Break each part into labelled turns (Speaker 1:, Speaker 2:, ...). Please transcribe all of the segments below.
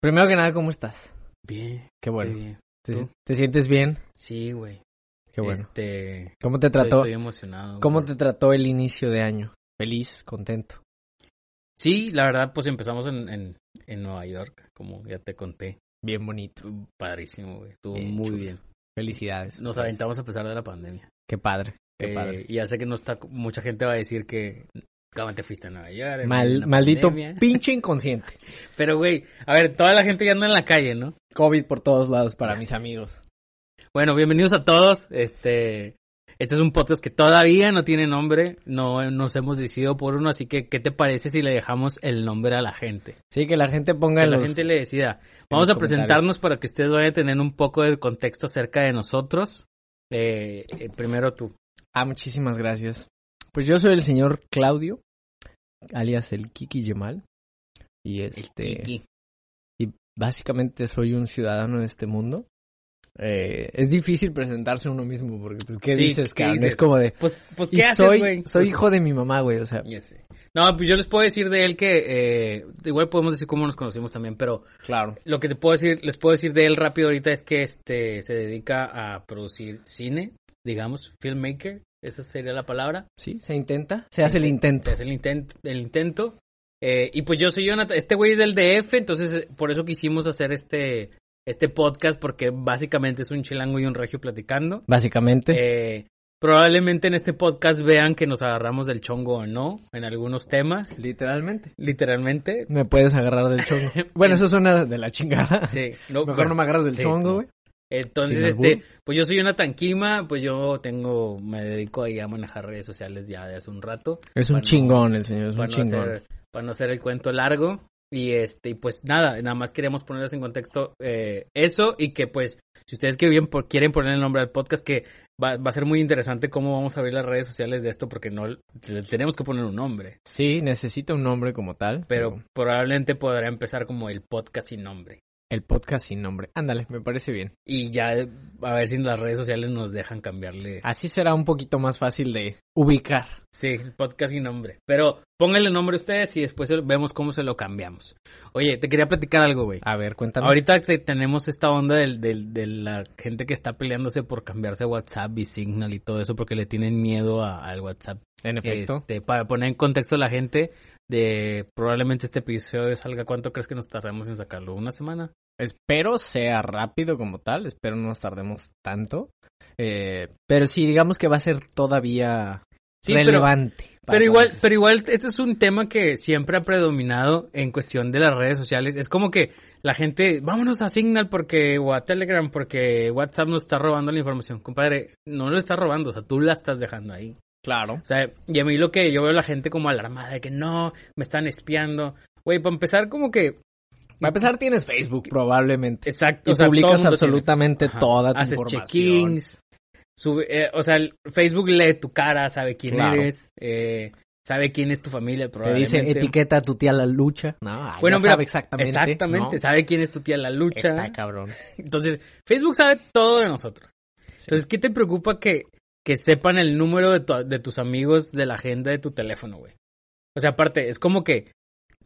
Speaker 1: Primero que nada, ¿cómo estás?
Speaker 2: Bien.
Speaker 1: Qué
Speaker 2: estoy
Speaker 1: bueno.
Speaker 2: bien.
Speaker 1: ¿Te,
Speaker 2: ¿Tú?
Speaker 1: te sientes bien?
Speaker 2: Sí, güey.
Speaker 1: Qué bueno.
Speaker 2: Este,
Speaker 1: ¿Cómo te
Speaker 2: estoy,
Speaker 1: trató?
Speaker 2: estoy emocionado.
Speaker 1: ¿Cómo
Speaker 2: por-
Speaker 1: te trató el inicio de año? Feliz, contento.
Speaker 2: Sí, la verdad, pues empezamos en, en, en Nueva York, como ya te conté.
Speaker 1: Bien bonito.
Speaker 2: Estuvo Padrísimo, güey. Estuvo
Speaker 1: Bien
Speaker 2: muy
Speaker 1: chulo.
Speaker 2: bien.
Speaker 1: Felicidades.
Speaker 2: Nos
Speaker 1: Pues,
Speaker 2: aventamos a pesar de la pandemia.
Speaker 1: Qué padre. Qué
Speaker 2: Eh,
Speaker 1: padre.
Speaker 2: Y ya sé que no está, mucha gente va a decir que "Cabrón, te fuiste a Nueva York. en
Speaker 1: Mal-
Speaker 2: la
Speaker 1: maldito
Speaker 2: pandemia".
Speaker 1: pinche inconsciente.
Speaker 2: Pero, güey, a ver, toda la gente ya anda en la calle, ¿no?
Speaker 1: COVID por todos lados para
Speaker 2: Ya
Speaker 1: mis
Speaker 2: sé.
Speaker 1: amigos.
Speaker 2: Bueno, bienvenidos a todos. Este, este es un podcast que todavía no tiene nombre, no nos hemos decidido por uno, así que ¿qué te parece si le dejamos el nombre a la gente?
Speaker 1: Sí, que la gente ponga
Speaker 2: Que
Speaker 1: en
Speaker 2: la
Speaker 1: los-
Speaker 2: gente le decida. Vamos
Speaker 1: los
Speaker 2: a presentarnos para que ustedes vayan a tener un poco de contexto acerca de nosotros. Eh, eh, primero tú.
Speaker 1: Ah, muchísimas gracias. Pues yo soy el señor Claudio, alias el Kiki Yemal. Y este...
Speaker 2: Kiki.
Speaker 1: y básicamente soy un ciudadano de este mundo. Eh, es difícil presentarse uno mismo porque, pues, ¿qué
Speaker 2: Sí,
Speaker 1: dices,
Speaker 2: ¿qué
Speaker 1: cabrón?
Speaker 2: dices?
Speaker 1: Es como de...
Speaker 2: Pues, pues
Speaker 1: y
Speaker 2: ¿qué haces,
Speaker 1: soy,
Speaker 2: güey?
Speaker 1: soy
Speaker 2: Pues,
Speaker 1: hijo de mi mamá, güey, o sea...
Speaker 2: ya sé. No, pues yo les puedo decir de él que eh, igual podemos decir cómo nos conocimos también, pero
Speaker 1: Claro.
Speaker 2: Lo que te puedo decir, les puedo decir de él rápido ahorita es que este se dedica a producir cine, digamos, filmmaker, esa sería la palabra.
Speaker 1: Sí, se intenta, se hace el intento.
Speaker 2: Se hace el intento, el intento. Eh, y pues yo soy Jonathan, este güey es del DF, entonces eh, por eso quisimos hacer este, este podcast, porque básicamente es un chilango y un regio platicando.
Speaker 1: Básicamente.
Speaker 2: Eh, probablemente en este podcast vean que nos agarramos del chongo o no, en algunos temas,
Speaker 1: Literalmente.
Speaker 2: Eh, literalmente.
Speaker 1: Me puedes agarrar del chongo. bueno, eso suena de la chingada.
Speaker 2: Sí, no,
Speaker 1: Mejor
Speaker 2: bueno.
Speaker 1: no me agarras del
Speaker 2: sí,
Speaker 1: chongo,
Speaker 2: no.
Speaker 1: güey.
Speaker 2: Entonces,
Speaker 1: Sin
Speaker 2: este,
Speaker 1: albur.
Speaker 2: pues yo soy una tanquima, pues yo tengo, me dedico ahí a manejar redes sociales ya de hace un rato.
Speaker 1: Es un
Speaker 2: Para no-
Speaker 1: chingón el señor, es un
Speaker 2: para, no
Speaker 1: chingón.
Speaker 2: hacer, para no hacer el cuento largo. Y este, y pues nada, nada más queríamos ponerles en contexto eh, eso y que pues, si ustedes que bien por- quieren poner el nombre al podcast, que va, va a ser muy interesante cómo vamos a abrir las redes sociales de esto, porque no le tenemos que poner un nombre.
Speaker 1: Sí, necesita un nombre como tal.
Speaker 2: Pero probablemente podrá empezar como el podcast sin nombre.
Speaker 1: El podcast sin nombre. Ándale, me parece bien.
Speaker 2: Y ya eh, a ver si las redes sociales nos dejan cambiarle
Speaker 1: Así será un poquito más fácil de ubicar.
Speaker 2: Sí, el podcast sin nombre. Pero pónganle nombre ustedes y después vemos cómo se lo cambiamos. Oye, te quería platicar algo, güey.
Speaker 1: A ver, cuéntame.
Speaker 2: Ahorita que tenemos esta onda del, del- de la gente que está peleándose por cambiarse a WhatsApp y Signal y todo eso porque le tienen miedo a- al WhatsApp.
Speaker 1: en efecto.
Speaker 2: Este, para poner en contexto a la gente de probablemente este episodio salga. ¿Cuánto crees que nos tardamos en sacarlo? ¿Una semana?
Speaker 1: Espero sea rápido como tal, espero no nos tardemos tanto. Eh, pero sí, digamos que va a ser todavía
Speaker 2: pero-
Speaker 1: relevante. para
Speaker 2: Pero igual,
Speaker 1: nosotros.
Speaker 2: pero igual, este es un tema que siempre ha predominado en cuestión de las redes sociales. Es como que la gente, vámonos a Signal porque, o a Telegram porque WhatsApp nos está robando la información. Compadre, no lo está robando, o sea, tú la estás dejando ahí.
Speaker 1: Claro.
Speaker 2: O sea, y a mí lo que yo veo la gente como alarmada de que no, me están espiando. Güey, para empezar, como que.
Speaker 1: Para empezar, tienes Facebook probablemente.
Speaker 2: Exacto,
Speaker 1: Y
Speaker 2: o sea, todo
Speaker 1: publicas
Speaker 2: mundo tiene.
Speaker 1: absolutamente
Speaker 2: Ajá.
Speaker 1: toda tu
Speaker 2: Haces
Speaker 1: información.
Speaker 2: check-ins, sube- eh, o sea, el Facebook lee tu cara, sabe quién
Speaker 1: Claro.
Speaker 2: eres, eh, sabe quién es tu familia,
Speaker 1: Te dice
Speaker 2: probablemente.
Speaker 1: etiqueta a tu tía la lucha. No, ah,
Speaker 2: Bueno,
Speaker 1: ya
Speaker 2: mira,
Speaker 1: sabe exactamente.
Speaker 2: Exactamente,
Speaker 1: ¿no?
Speaker 2: sabe quién es tu tía la lucha.
Speaker 1: Está cabrón.
Speaker 2: Entonces, Facebook sabe todo de nosotros. Entonces, ¿qué te preocupa que, que sepan el número de, tu- de tus amigos de la agenda de tu teléfono, güey? O sea, aparte, es como que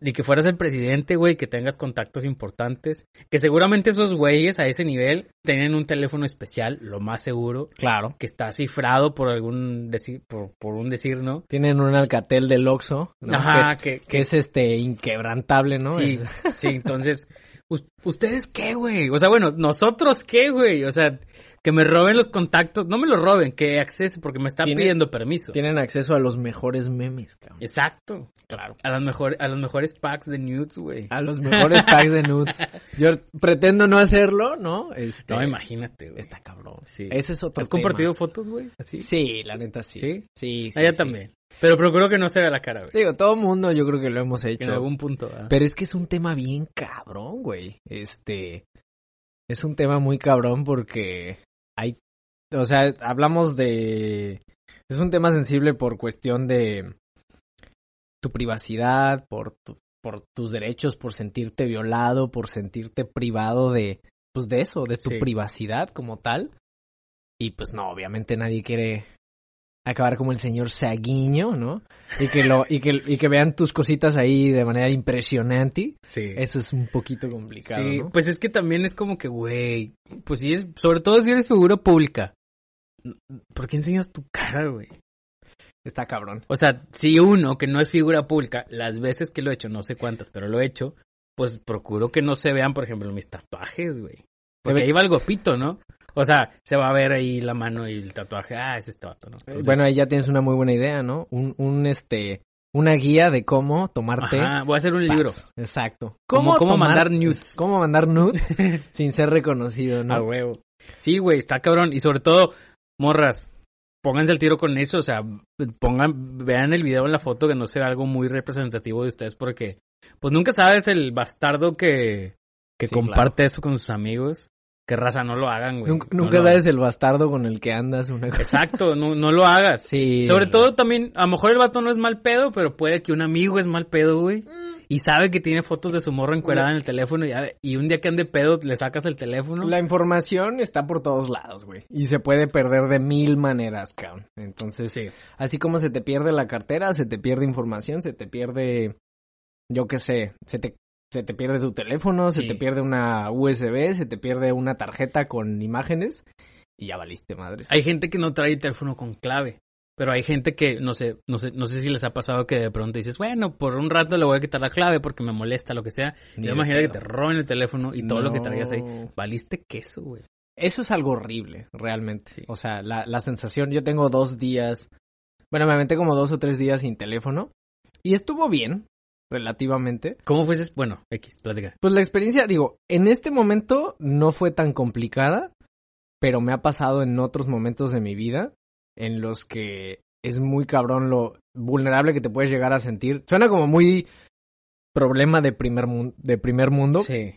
Speaker 2: ni que fueras el presidente, güey, que tengas contactos importantes, que seguramente esos güeyes a ese nivel tienen un teléfono especial, lo más seguro,
Speaker 1: Claro.
Speaker 2: que está cifrado por algún decir, por, por un decir, ¿no?
Speaker 1: Tienen un alcatel del Oxxo, ¿no?
Speaker 2: Ajá,
Speaker 1: que,
Speaker 2: que,
Speaker 1: es, que es, este inquebrantable, ¿no?
Speaker 2: Sí,
Speaker 1: Es-
Speaker 2: sí, entonces, us- ¿ustedes qué, güey? O sea, bueno, ¿nosotros qué, güey? O sea, que me roben los contactos, no me los roben, que acceso, porque me están
Speaker 1: Tiene-
Speaker 2: pidiendo permiso.
Speaker 1: tienen acceso a los mejores memes, cabrón.
Speaker 2: Exacto.
Speaker 1: Claro.
Speaker 2: A los, mejor, a los mejores packs de nudes, güey.
Speaker 1: A los mejores tags de nudes. Yo pretendo no hacerlo, ¿no? Este,
Speaker 2: No, imagínate, güey.
Speaker 1: Está cabrón.
Speaker 2: Sí.
Speaker 1: Ese es otro
Speaker 2: ¿Has compartido fotos, güey?
Speaker 1: Sí.
Speaker 2: Así.
Speaker 1: sí, la neta sí.
Speaker 2: ¿Sí?
Speaker 1: Sí, sí,
Speaker 2: Allá
Speaker 1: sí.
Speaker 2: también. Pero procuro que no se vea la cara, güey.
Speaker 1: Digo, todo mundo yo creo que lo hemos
Speaker 2: En
Speaker 1: hecho.
Speaker 2: algún punto. ¿verdad?
Speaker 1: Pero es que es un tema bien cabrón, güey. Este. Es un tema muy cabrón porque hay. O sea, hablamos de. Es un tema sensible por cuestión de tu privacidad, por, tu- por tus derechos, por sentirte violado, por sentirte privado de. Pues de eso, de tu
Speaker 2: Sí.
Speaker 1: privacidad como tal. Y pues no, obviamente nadie quiere acabar como el señor Saguiño, ¿no? Y que, lo, y, que, y que vean tus cositas ahí de manera impresionante.
Speaker 2: Sí.
Speaker 1: Eso es un poquito complicado.
Speaker 2: sí,
Speaker 1: ¿no?
Speaker 2: pues es que también es como que, güey, pues sí es, sobre todo si eres figura pública. ¿Por qué enseñas tu cara, güey?
Speaker 1: Está cabrón.
Speaker 2: O sea, si uno que no es figura pública, las veces que lo he hecho, no sé cuántas, pero lo he hecho, pues procuro que no se vean, por ejemplo, mis tatuajes, güey. Porque
Speaker 1: ve-
Speaker 2: ahí va algo pito, ¿no? O sea, se va a ver ahí la mano y el tatuaje. Ah, es este vato, ¿no? Entonces,
Speaker 1: bueno, ahí ya tienes una muy buena idea, ¿no? Un, un este, una guía de cómo tomarte.
Speaker 2: ajá, voy a hacer un
Speaker 1: packs.
Speaker 2: libro.
Speaker 1: Exacto.
Speaker 2: Como cómo
Speaker 1: tomar-
Speaker 2: mandar nudes.
Speaker 1: Cómo mandar nudes sin ser reconocido, ¿no?
Speaker 2: A huevo. Sí, güey, está cabrón. Y sobre todo, morras, pónganse al tiro con eso. O sea, pongan, vean el video en la foto que no sea algo muy representativo de ustedes porque, pues nunca sabes el bastardo que, que
Speaker 1: Sí,
Speaker 2: comparte eso con sus amigos. Qué raza, no lo hagan, güey.
Speaker 1: Nunca,
Speaker 2: No
Speaker 1: nunca
Speaker 2: lo
Speaker 1: sabes el bastardo con el que andas, una
Speaker 2: hagan.
Speaker 1: cosa.
Speaker 2: Exacto, no, no lo hagas.
Speaker 1: Sí.
Speaker 2: Sobre todo también, a lo mejor el vato no es mal pedo, pero puede que un amigo es mal pedo, güey. Y sabe que tiene fotos de su morro encuerada en el teléfono y, ya- y un día que ande pedo le sacas el teléfono.
Speaker 1: La información está por todos lados, güey. Y se puede perder de mil maneras, cabrón. Entonces,
Speaker 2: Sí.
Speaker 1: así como se te pierde la cartera, se te pierde información, se te pierde, yo qué sé, se te, se te pierde tu teléfono, se
Speaker 2: Sí.
Speaker 1: te pierde una USB, se te pierde una tarjeta con imágenes y ya valiste madres.
Speaker 2: Hay gente que no trae teléfono con clave, pero hay gente que no sé, no sé, no sé si les ha pasado que de pronto dices, bueno, por un rato le voy a quitar la clave porque me molesta lo que sea.
Speaker 1: Ni
Speaker 2: Yo
Speaker 1: de
Speaker 2: imagino que
Speaker 1: pedo.
Speaker 2: te roben el teléfono y todo lo que traías ahí.
Speaker 1: No.
Speaker 2: Valiste queso, güey.
Speaker 1: Eso es algo horrible, realmente.
Speaker 2: Sí.
Speaker 1: O sea, la, la sensación, yo tengo dos días, bueno, me aventé como dos o tres días sin teléfono y estuvo bien, relativamente.
Speaker 2: ¿Cómo fueses? Bueno, X, plática.
Speaker 1: Pues la experiencia, digo, en este momento no fue tan complicada, pero me ha pasado en otros momentos de mi vida en los que es muy cabrón lo vulnerable que te puedes llegar a sentir. Suena como muy problema de primer, mun- de primer mundo,
Speaker 2: Sí.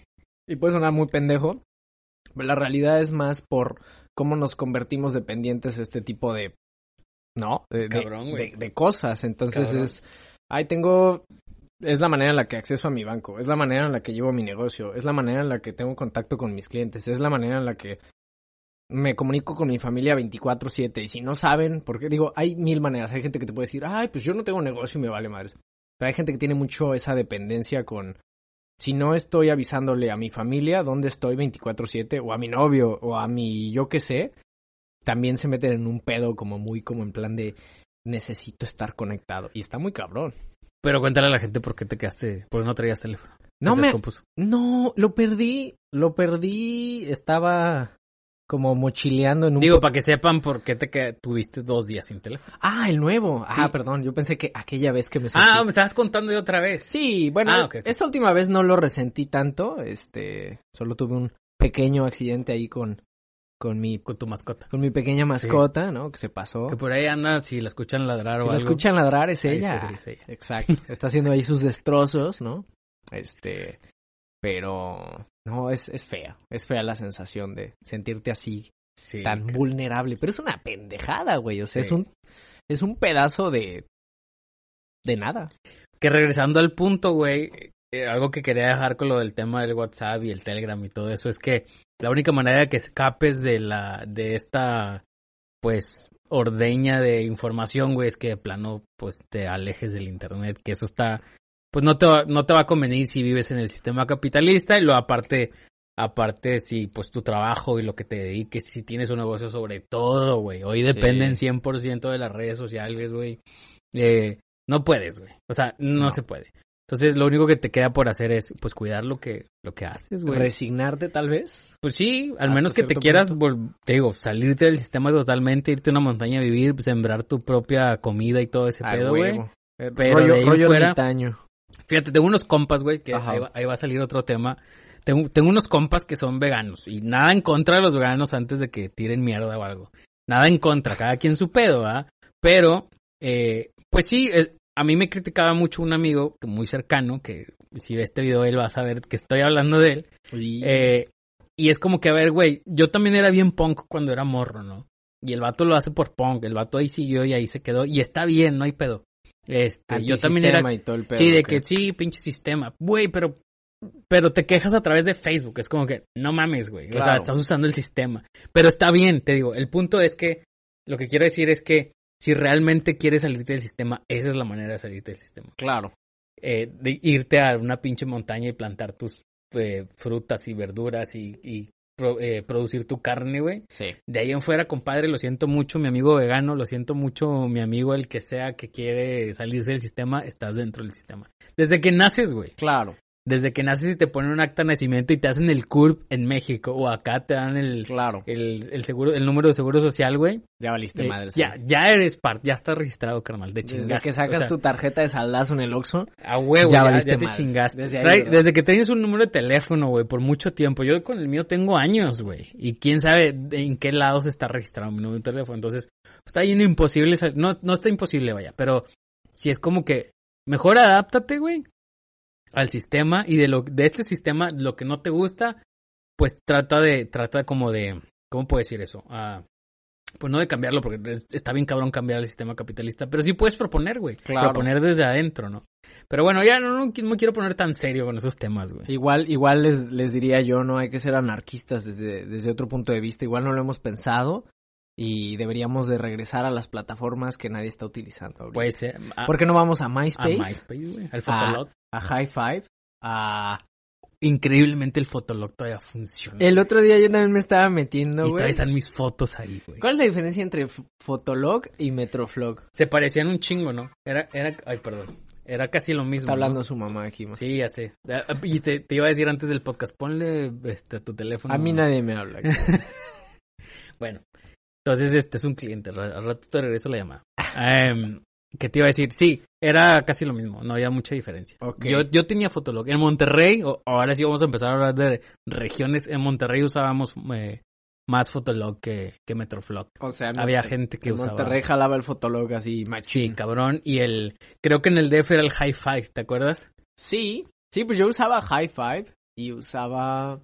Speaker 1: y puede sonar muy pendejo, pero la realidad es más por cómo nos convertimos dependientes de este tipo de... ¿No? De, de-
Speaker 2: Cabrón, güey.
Speaker 1: de- de cosas. Entonces
Speaker 2: Cabrón.
Speaker 1: es... Ahí tengo... Es la manera en la que acceso a mi banco, es la manera en la que llevo mi negocio, es la manera en la que tengo contacto con mis clientes, es la manera en la que me comunico con mi familia 24/7 y si no saben, porque digo, hay mil maneras, hay gente que te puede decir, ay, pues yo no tengo negocio y me vale madres, pero hay gente que tiene mucho esa dependencia con, si no estoy avisándole a mi familia dónde estoy 24/7 o a mi novio o a mi yo qué sé, también se meten en un pedo como muy como en plan de necesito estar conectado y está muy cabrón.
Speaker 2: Pero cuéntale a la gente por qué te quedaste, por qué no traías teléfono. Se
Speaker 1: No me
Speaker 2: descompuso.
Speaker 1: no lo perdí, lo perdí, estaba como mochileando en un
Speaker 2: Digo, para que sepan por qué te qued- tuviste dos días sin teléfono.
Speaker 1: Ah, el nuevo.
Speaker 2: Sí.
Speaker 1: Ah, perdón, yo pensé que aquella vez que me sentí-
Speaker 2: Ah, me estabas contando de otra vez.
Speaker 1: Sí, bueno,
Speaker 2: Ah, ok, ok.
Speaker 1: esta última vez no lo resentí tanto, este, solo tuve un pequeño accidente ahí con con mi
Speaker 2: Con tu mascota.
Speaker 1: con mi pequeña mascota, ¿no? Que se pasó.
Speaker 2: Que por ahí anda, si la escuchan ladrar
Speaker 1: Si
Speaker 2: o
Speaker 1: la
Speaker 2: algo.
Speaker 1: escuchan ladrar es
Speaker 2: ahí
Speaker 1: ella.
Speaker 2: se- es ella.
Speaker 1: Exacto. Está haciendo ahí sus destrozos, ¿no? Este, pero no es es fea, es fea la sensación de sentirte así
Speaker 2: Sí,
Speaker 1: tan
Speaker 2: ca-
Speaker 1: vulnerable, pero es una pendejada, güey, o sea, es
Speaker 2: Sí.
Speaker 1: un es un pedazo de de nada.
Speaker 2: Que regresando al punto, güey, eh, algo que quería dejar con lo del tema del WhatsApp y el Telegram y todo eso es que la única manera de que escapes de la de esta pues ordeña de información, güey, es que de plano pues te alejes del internet, que eso está pues no te va, no te va a convenir si vives en el sistema capitalista y lo aparte aparte si pues tu trabajo y lo que te dediques, si tienes un negocio sobre todo, güey. Hoy
Speaker 1: Sí.
Speaker 2: dependen 100% de las redes sociales, güey. Eh, no puedes, güey. O sea, no,
Speaker 1: No.
Speaker 2: se puede. Entonces, lo único que te queda por hacer es, pues, cuidar lo que, lo que haces, güey.
Speaker 1: Resignarte tal vez.
Speaker 2: Pues sí, al
Speaker 1: Hasta
Speaker 2: menos que te
Speaker 1: cierto
Speaker 2: quieras, vol- te digo, salirte del sistema totalmente, irte a una montaña a vivir, pues, sembrar tu propia comida y todo ese
Speaker 1: A
Speaker 2: pedo, Ah, güey.
Speaker 1: huevo.
Speaker 2: Pero
Speaker 1: rollo
Speaker 2: de ahí
Speaker 1: rollo
Speaker 2: fuera-
Speaker 1: ermitaño.
Speaker 2: Fíjate, tengo unos compas, güey, que
Speaker 1: Ajá.
Speaker 2: ahí va, ahí va a salir otro tema. Tengo, tengo unos compas que son veganos y nada en contra de los veganos antes de que tiren mierda o algo. Nada en contra, cada quien su pedo, ¿ah? Pero, eh, pues sí, eh, a mí me criticaba mucho un amigo que muy cercano, que si ve este video él va a saber que estoy hablando de él.
Speaker 1: Y-
Speaker 2: Eh, y es como que, a ver, güey, yo también era bien punk cuando era morro, ¿no? Y el vato lo hace por punk, el vato ahí siguió y ahí se quedó y está bien, no hay pedo. Este, yo también era
Speaker 1: Antisistema y todo el pedo,
Speaker 2: sí, de
Speaker 1: ok.
Speaker 2: que sí, pinche sistema. Güey, pero, pero te quejas a través de Facebook. Es como que, no mames, güey. O sea,
Speaker 1: Claro.
Speaker 2: estás usando el sistema. Pero está bien, te digo. El punto es que, lo que quiero decir es que si realmente quieres salirte del sistema, esa es la manera de salirte del sistema.
Speaker 1: Claro.
Speaker 2: eh, de irte a una pinche montaña y plantar tus eh, frutas y verduras y, y pro- eh, producir tu carne, güey.
Speaker 1: Sí.
Speaker 2: De ahí en fuera, compadre, lo siento mucho, mi amigo vegano, lo siento mucho, mi amigo el que sea que quiere salirse del sistema, estás dentro del sistema. Desde que naces, güey.
Speaker 1: Claro.
Speaker 2: Desde que naces y te ponen un acta de nacimiento y te hacen el CURP en México o acá te dan el,
Speaker 1: Claro.
Speaker 2: el, el seguro, el número de seguro social, güey.
Speaker 1: Ya valiste
Speaker 2: eh,
Speaker 1: madre.
Speaker 2: ya, ya eres parte, ya estás registrado, carnal, de
Speaker 1: Desde
Speaker 2: chingaste.
Speaker 1: que sacas
Speaker 2: o sea,
Speaker 1: tu tarjeta de saldazo en el Oxxo.
Speaker 2: a huevo,
Speaker 1: Ya
Speaker 2: ya, ya
Speaker 1: valiste
Speaker 2: te
Speaker 1: madre.
Speaker 2: chingaste.
Speaker 1: Desde ahí,
Speaker 2: Trae-
Speaker 1: bro.
Speaker 2: desde que tenías un número de teléfono, güey, por mucho tiempo. Yo con el mío tengo años, güey. Y quién sabe de- en qué lado se está registrado mi número de teléfono. Entonces, pues, está bien imposible. sal- No, no está imposible, vaya. Pero si es como que mejor adáptate, güey, al sistema. Y de, lo, de este sistema, lo que no te gusta, pues trata de, trata como de, ¿cómo puedo decir eso? Ah, pues no de cambiarlo, porque está bien cabrón cambiar el sistema capitalista, pero sí puedes proponer, güey.
Speaker 1: Claro.
Speaker 2: Proponer desde adentro, ¿no? Pero bueno, ya no, no, qui- no quiero poner tan serio con esos temas, güey.
Speaker 1: Igual, igual les, les diría yo, no hay que ser anarquistas desde, desde otro punto de vista. Igual no lo hemos pensado y deberíamos de regresar a las plataformas que nadie está utilizando. ahorita.
Speaker 2: Puede ser. A,
Speaker 1: ¿Por qué no vamos a
Speaker 2: Ah. a
Speaker 1: MySpace, a,
Speaker 2: MySpace, Ah, güey. Al Fotolog.
Speaker 1: High Five, a...
Speaker 2: Increíblemente el Fotolog todavía funciona.
Speaker 1: El
Speaker 2: güey.
Speaker 1: otro día yo también me estaba metiendo,
Speaker 2: y
Speaker 1: güey.
Speaker 2: todavía están mis fotos ahí, güey.
Speaker 1: ¿Cuál es la diferencia entre f- Fotolog y Metroflog?
Speaker 2: Se parecían un chingo, ¿no? Era, era, ay, perdón. Era casi lo mismo.
Speaker 1: Está
Speaker 2: ¿no?
Speaker 1: hablando su mamá aquí, ma.
Speaker 2: Sí, ya sé. Da- Y te, te iba a decir antes del podcast, ponle este, tu teléfono.
Speaker 1: A mí nadie me habla.
Speaker 2: Bueno, entonces este es un cliente. ra- Al rato te regreso la llamada. Em, ¿Qué te iba a decir? Sí, era casi lo mismo. No había mucha diferencia.
Speaker 1: Ok.
Speaker 2: Yo, yo tenía Fotolog. En Monterrey, o- ahora sí vamos a empezar a hablar de regiones. En Monterrey usábamos eh, más Fotolog que, que Metroflog.
Speaker 1: O sea, no-
Speaker 2: Había gente que
Speaker 1: en
Speaker 2: usaba.
Speaker 1: Monterrey jalaba el Fotolog así,
Speaker 2: Sí,
Speaker 1: machín.
Speaker 2: cabrón. Y el. Creo que en el DF era el High Five, ¿te acuerdas?
Speaker 1: Sí, sí, pues yo usaba High Five y usaba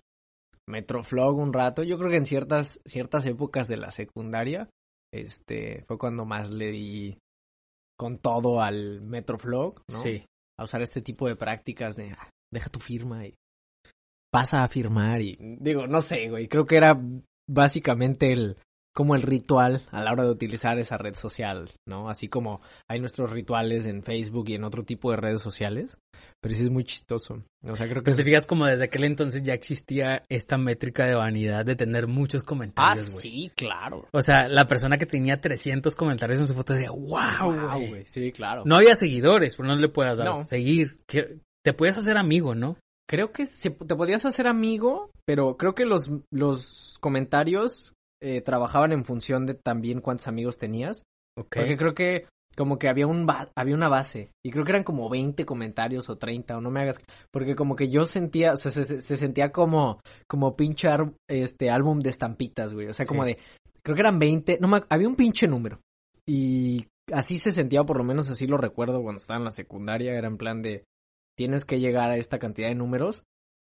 Speaker 1: Metroflog un rato. Yo creo que en ciertas, ciertas épocas de la secundaria, este, fue cuando más le di con todo al Metroflog, ¿no?
Speaker 2: Sí.
Speaker 1: A usar este tipo de prácticas de "Ah, deja tu firma y pasa a firmar y digo, no sé, güey, creo que era básicamente el como el ritual a la hora de utilizar esa red social, ¿no? Así como hay nuestros rituales en Facebook y en otro tipo de redes sociales, pero sí es muy chistoso. O sea, creo que
Speaker 2: Pero te
Speaker 1: es...
Speaker 2: fijas como desde aquel entonces ya existía esta métrica de vanidad de tener muchos
Speaker 1: Ah,
Speaker 2: comentarios, güey.
Speaker 1: sí, claro.
Speaker 2: O sea, la persona que tenía 300 comentarios en su foto decía, wow,
Speaker 1: Wow,
Speaker 2: güey.
Speaker 1: Ah, güey, sí, claro.
Speaker 2: No había seguidores, pero no le puedas dar
Speaker 1: No.
Speaker 2: seguir. Que- Te puedes hacer amigo, ¿no?
Speaker 1: Creo que se- te podías hacer amigo, pero creo que los, los comentarios eh, trabajaban en función de también cuántos amigos tenías.
Speaker 2: Ok.
Speaker 1: Porque creo que como que había un ba- había una base y creo que eran como 20 comentarios o 30 o no me hagas porque como que yo sentía, o sea, se, se- se sentía como como pinche ar- este álbum de estampitas, güey, o sea, como
Speaker 2: Sí.
Speaker 1: de creo que eran 20, no me ac- había un pinche número. Y así se sentía, o por lo menos así lo recuerdo cuando estaba en la secundaria, era en plan de tienes que llegar a esta cantidad de números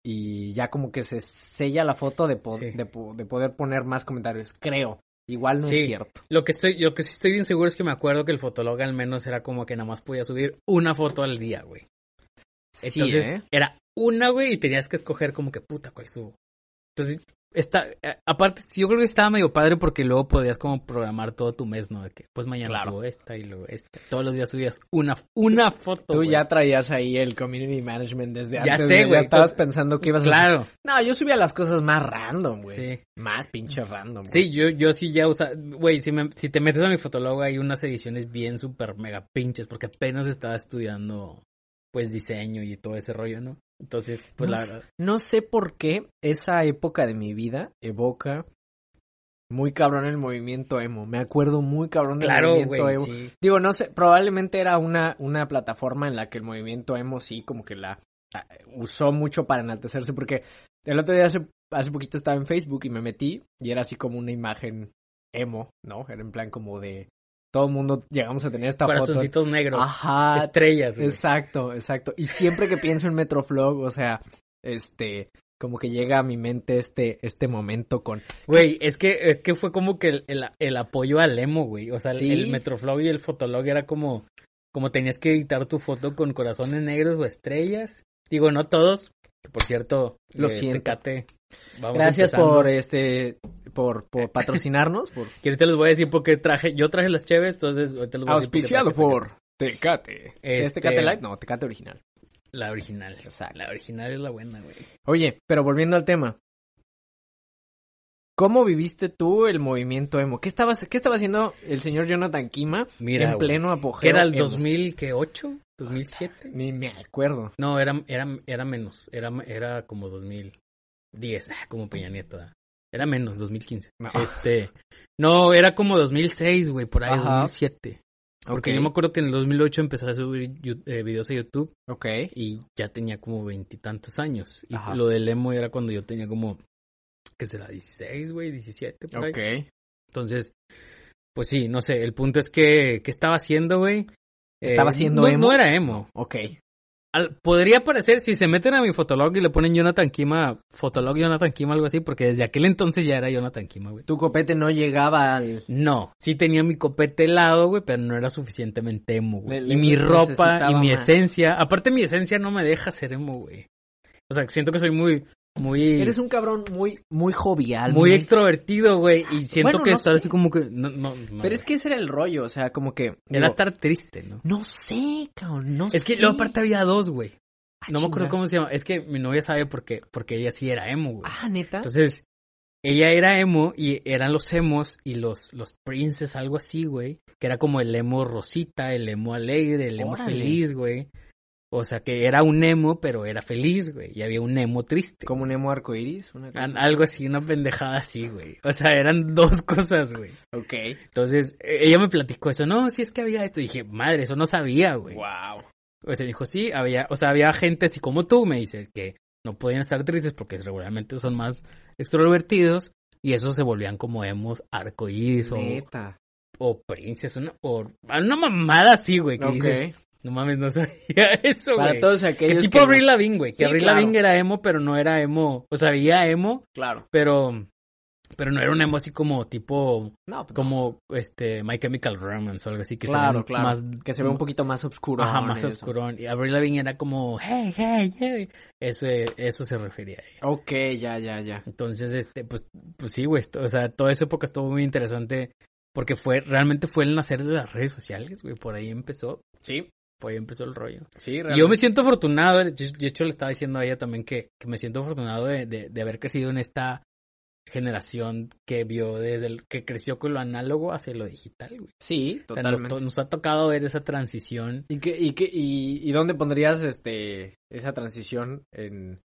Speaker 1: y ya como que se sella la foto de po-
Speaker 2: Sí.
Speaker 1: de, po- de poder poner más comentarios, creo. Igual no
Speaker 2: Sí.
Speaker 1: es cierto.
Speaker 2: Lo que estoy, lo que sí estoy bien seguro es que me acuerdo que el fotólogo al menos era como que nada más podía subir una foto al día, güey. Entonces
Speaker 1: sí, ¿eh?
Speaker 2: era una, güey, y tenías que escoger como que puta cuál subo. Entonces, está, a- aparte, yo creo que estaba medio padre porque luego podías como programar todo tu mes, ¿no? De que pues mañana
Speaker 1: Claro.
Speaker 2: subo esta y luego esta. Todos los días subías una, una foto.
Speaker 1: Tú
Speaker 2: güey.
Speaker 1: ya traías ahí el community management desde
Speaker 2: Ya
Speaker 1: antes.
Speaker 2: sé,
Speaker 1: güey.
Speaker 2: güey,
Speaker 1: estabas
Speaker 2: entonces-
Speaker 1: pensando que ibas a...
Speaker 2: Claro,
Speaker 1: No, yo subía las cosas más random, güey.
Speaker 2: sí.
Speaker 1: Más pinche random, güey.
Speaker 2: Sí, yo, yo sí ya usa, güey, si, me- si te metes a mi fotólogo hay unas ediciones bien super mega pinches porque apenas estaba estudiando pues diseño y todo ese rollo, ¿no? Entonces, pues
Speaker 1: no,
Speaker 2: la
Speaker 1: sé-
Speaker 2: verdad.
Speaker 1: no sé por qué esa época de mi vida evoca muy cabrón el movimiento emo. Me acuerdo muy cabrón del
Speaker 2: Claro,
Speaker 1: movimiento eh,
Speaker 2: güey,
Speaker 1: emo.
Speaker 2: sí.
Speaker 1: Digo, no sé, probablemente era una, una plataforma en la que el movimiento emo sí como que la, la usó mucho para enaltecerse, porque el otro día hace, hace poquito estaba en Facebook y me metí y era así como una imagen emo, ¿no? Era en plan como de todo el mundo llegamos a tener esta foto.
Speaker 2: Corazoncitos negros,
Speaker 1: Ajá,
Speaker 2: estrellas, güey.
Speaker 1: exacto, exacto. Y siempre que pienso en Metroflog, o sea, este, como que llega a mi mente este, este momento con...
Speaker 2: Güey, es que, es que fue como que el, el- el apoyo al emo, güey. O sea, el-
Speaker 1: Sí.
Speaker 2: el Metroflog y el Fotolog era como, como tenías que editar tu foto con corazones negros o estrellas. Digo, no todos, que por cierto,
Speaker 1: Lo
Speaker 2: eh,
Speaker 1: siento.
Speaker 2: Tecate, vamos
Speaker 1: Gracias
Speaker 2: empezando.
Speaker 1: por este por, por patrocinarnos, por
Speaker 2: Que ahorita les voy a decir porque traje, yo traje las cheves, entonces ahorita les voy a decir por qué
Speaker 1: auspiciado
Speaker 2: traje
Speaker 1: por Tecate. ¿Es
Speaker 2: Este-
Speaker 1: Tecate Light? No, Tecate original.
Speaker 2: La original. La original es la buena, güey.
Speaker 1: Oye, pero volviendo al tema. ¿Cómo viviste tú el movimiento emo? ¿Qué estabas, qué estaba haciendo el señor Jonathan Kima
Speaker 2: Mira,
Speaker 1: en
Speaker 2: güey.
Speaker 1: pleno apogeo?
Speaker 2: ¿Qué era el
Speaker 1: emo?
Speaker 2: 2008? ¿2007?
Speaker 1: Ni me acuerdo.
Speaker 2: No, era, era, era menos. Era, era como 2010. Ah, como Peña Nieto. ah. Era menos, 2015.
Speaker 1: No.
Speaker 2: Este, no, era como 2006, güey, por ahí,
Speaker 1: Ajá.
Speaker 2: 2007. Porque
Speaker 1: ah, Ok,
Speaker 2: yo me acuerdo que en el 2008 empecé a subir yu- eh, videos a YouTube
Speaker 1: Ok.
Speaker 2: y ya tenía como veintitantos años. Y
Speaker 1: Ajá.
Speaker 2: lo del emo era cuando yo tenía como, ¿qué será? 16, güey, 17, por ahí.
Speaker 1: Ok.
Speaker 2: Entonces, pues sí, no sé, el punto es que, ¿qué estaba haciendo, güey? Eh,
Speaker 1: ¿Estaba haciendo
Speaker 2: no-
Speaker 1: emo?
Speaker 2: No era emo.
Speaker 1: Ok.
Speaker 2: Al- podría parecer, si se meten a mi fotolog y le ponen Jonathan Kima, fotolog Jonathan Kima, algo así, porque desde aquel entonces ya era Jonathan Kima, güey.
Speaker 1: Tu copete no llegaba al.
Speaker 2: No, sí tenía mi copete helado, güey, pero no era suficientemente emo, güey.
Speaker 1: Le- le-
Speaker 2: Y mi ropa y
Speaker 1: necesitaba
Speaker 2: mi
Speaker 1: más.
Speaker 2: esencia. Aparte, mi esencia no me deja ser emo, güey. O sea, siento que soy muy, muy,
Speaker 1: Eres un cabrón muy, muy jovial.
Speaker 2: muy extrovertido, güey. Y siento
Speaker 1: Bueno,
Speaker 2: que
Speaker 1: no
Speaker 2: estar
Speaker 1: sé.
Speaker 2: así como que. No, no, no,
Speaker 1: Pero es
Speaker 2: güey.
Speaker 1: que ese era el rollo, o sea, como que.
Speaker 2: Era
Speaker 1: digo,
Speaker 2: estar triste, ¿no?
Speaker 1: No sé, cabrón, no sé.
Speaker 2: Es que luego aparte había dos, güey.
Speaker 1: Ah,
Speaker 2: No me acuerdo
Speaker 1: chinga.
Speaker 2: cómo se llama. Es que mi novia sabe por qué, porque ella sí era emo, güey.
Speaker 1: Ah, neta.
Speaker 2: Entonces, ella era emo y eran los emos y los, los princes, algo así, güey. Que era como el emo rosita, el emo alegre, el emo
Speaker 1: Órale.
Speaker 2: feliz, güey. O sea, que era un emo, pero era feliz, güey. Y había un emo triste.
Speaker 1: como un emo arcoiris, una cosa.
Speaker 2: Este, An- Algo así, una pendejada así, güey. O sea, eran dos cosas, güey.
Speaker 1: Ok.
Speaker 2: Entonces, e- ella me platicó eso. No, si es que había esto. Y dije, madre, eso no sabía, güey.
Speaker 1: Wow.
Speaker 2: O sea, Pues dijo, sí, había, o sea, había gente así como tú, me dices, que no podían estar tristes porque regularmente son más extrovertidos y esos se volvían como emos arcoíris o,
Speaker 1: Neta.
Speaker 2: o princes, una, o una mamada así, güey, que
Speaker 1: Ok.
Speaker 2: dices, no mames, no sabía eso,
Speaker 1: Para
Speaker 2: güey.
Speaker 1: todos
Speaker 2: Que
Speaker 1: aquellos.
Speaker 2: tipo
Speaker 1: que no-
Speaker 2: Avril Lavigne, güey, que
Speaker 1: Sí,
Speaker 2: Avril
Speaker 1: claro.
Speaker 2: Lavigne era emo, pero no era emo, o sea, había emo,
Speaker 1: Claro.
Speaker 2: pero, pero no era un emo así como tipo,
Speaker 1: No, pues,
Speaker 2: como, este, My Chemical Romance o algo así, que se
Speaker 1: Claro,
Speaker 2: ven
Speaker 1: claro.
Speaker 2: más,
Speaker 1: que se ve un poquito más oscuro.
Speaker 2: Ajá, más
Speaker 1: eso.
Speaker 2: oscurón. Y Avril Lavigne era como, hey, hey, hey. Eso, eso se refería a ella.
Speaker 1: Ok, ya, ya, ya.
Speaker 2: Entonces, este, pues, pues sí, güey. esto- O sea, toda esa época estuvo muy interesante porque fue, realmente fue el nacer de las redes sociales, güey. Por ahí empezó,
Speaker 1: Sí,
Speaker 2: por ahí empezó el rollo.
Speaker 1: sí,
Speaker 2: Y yo me siento afortunado, de hecho- de hecho le estaba diciendo a ella también que, que me siento afortunado de, de, de haber crecido en esta generación que vio desde el, que creció con lo análogo hacia lo digital, güey.
Speaker 1: Sí,
Speaker 2: O sea, nos,
Speaker 1: totalmente.
Speaker 2: to- nos ha tocado ver esa transición
Speaker 1: ¿Y, qué, y, qué, y, ¿Y dónde pondrías este esa transición en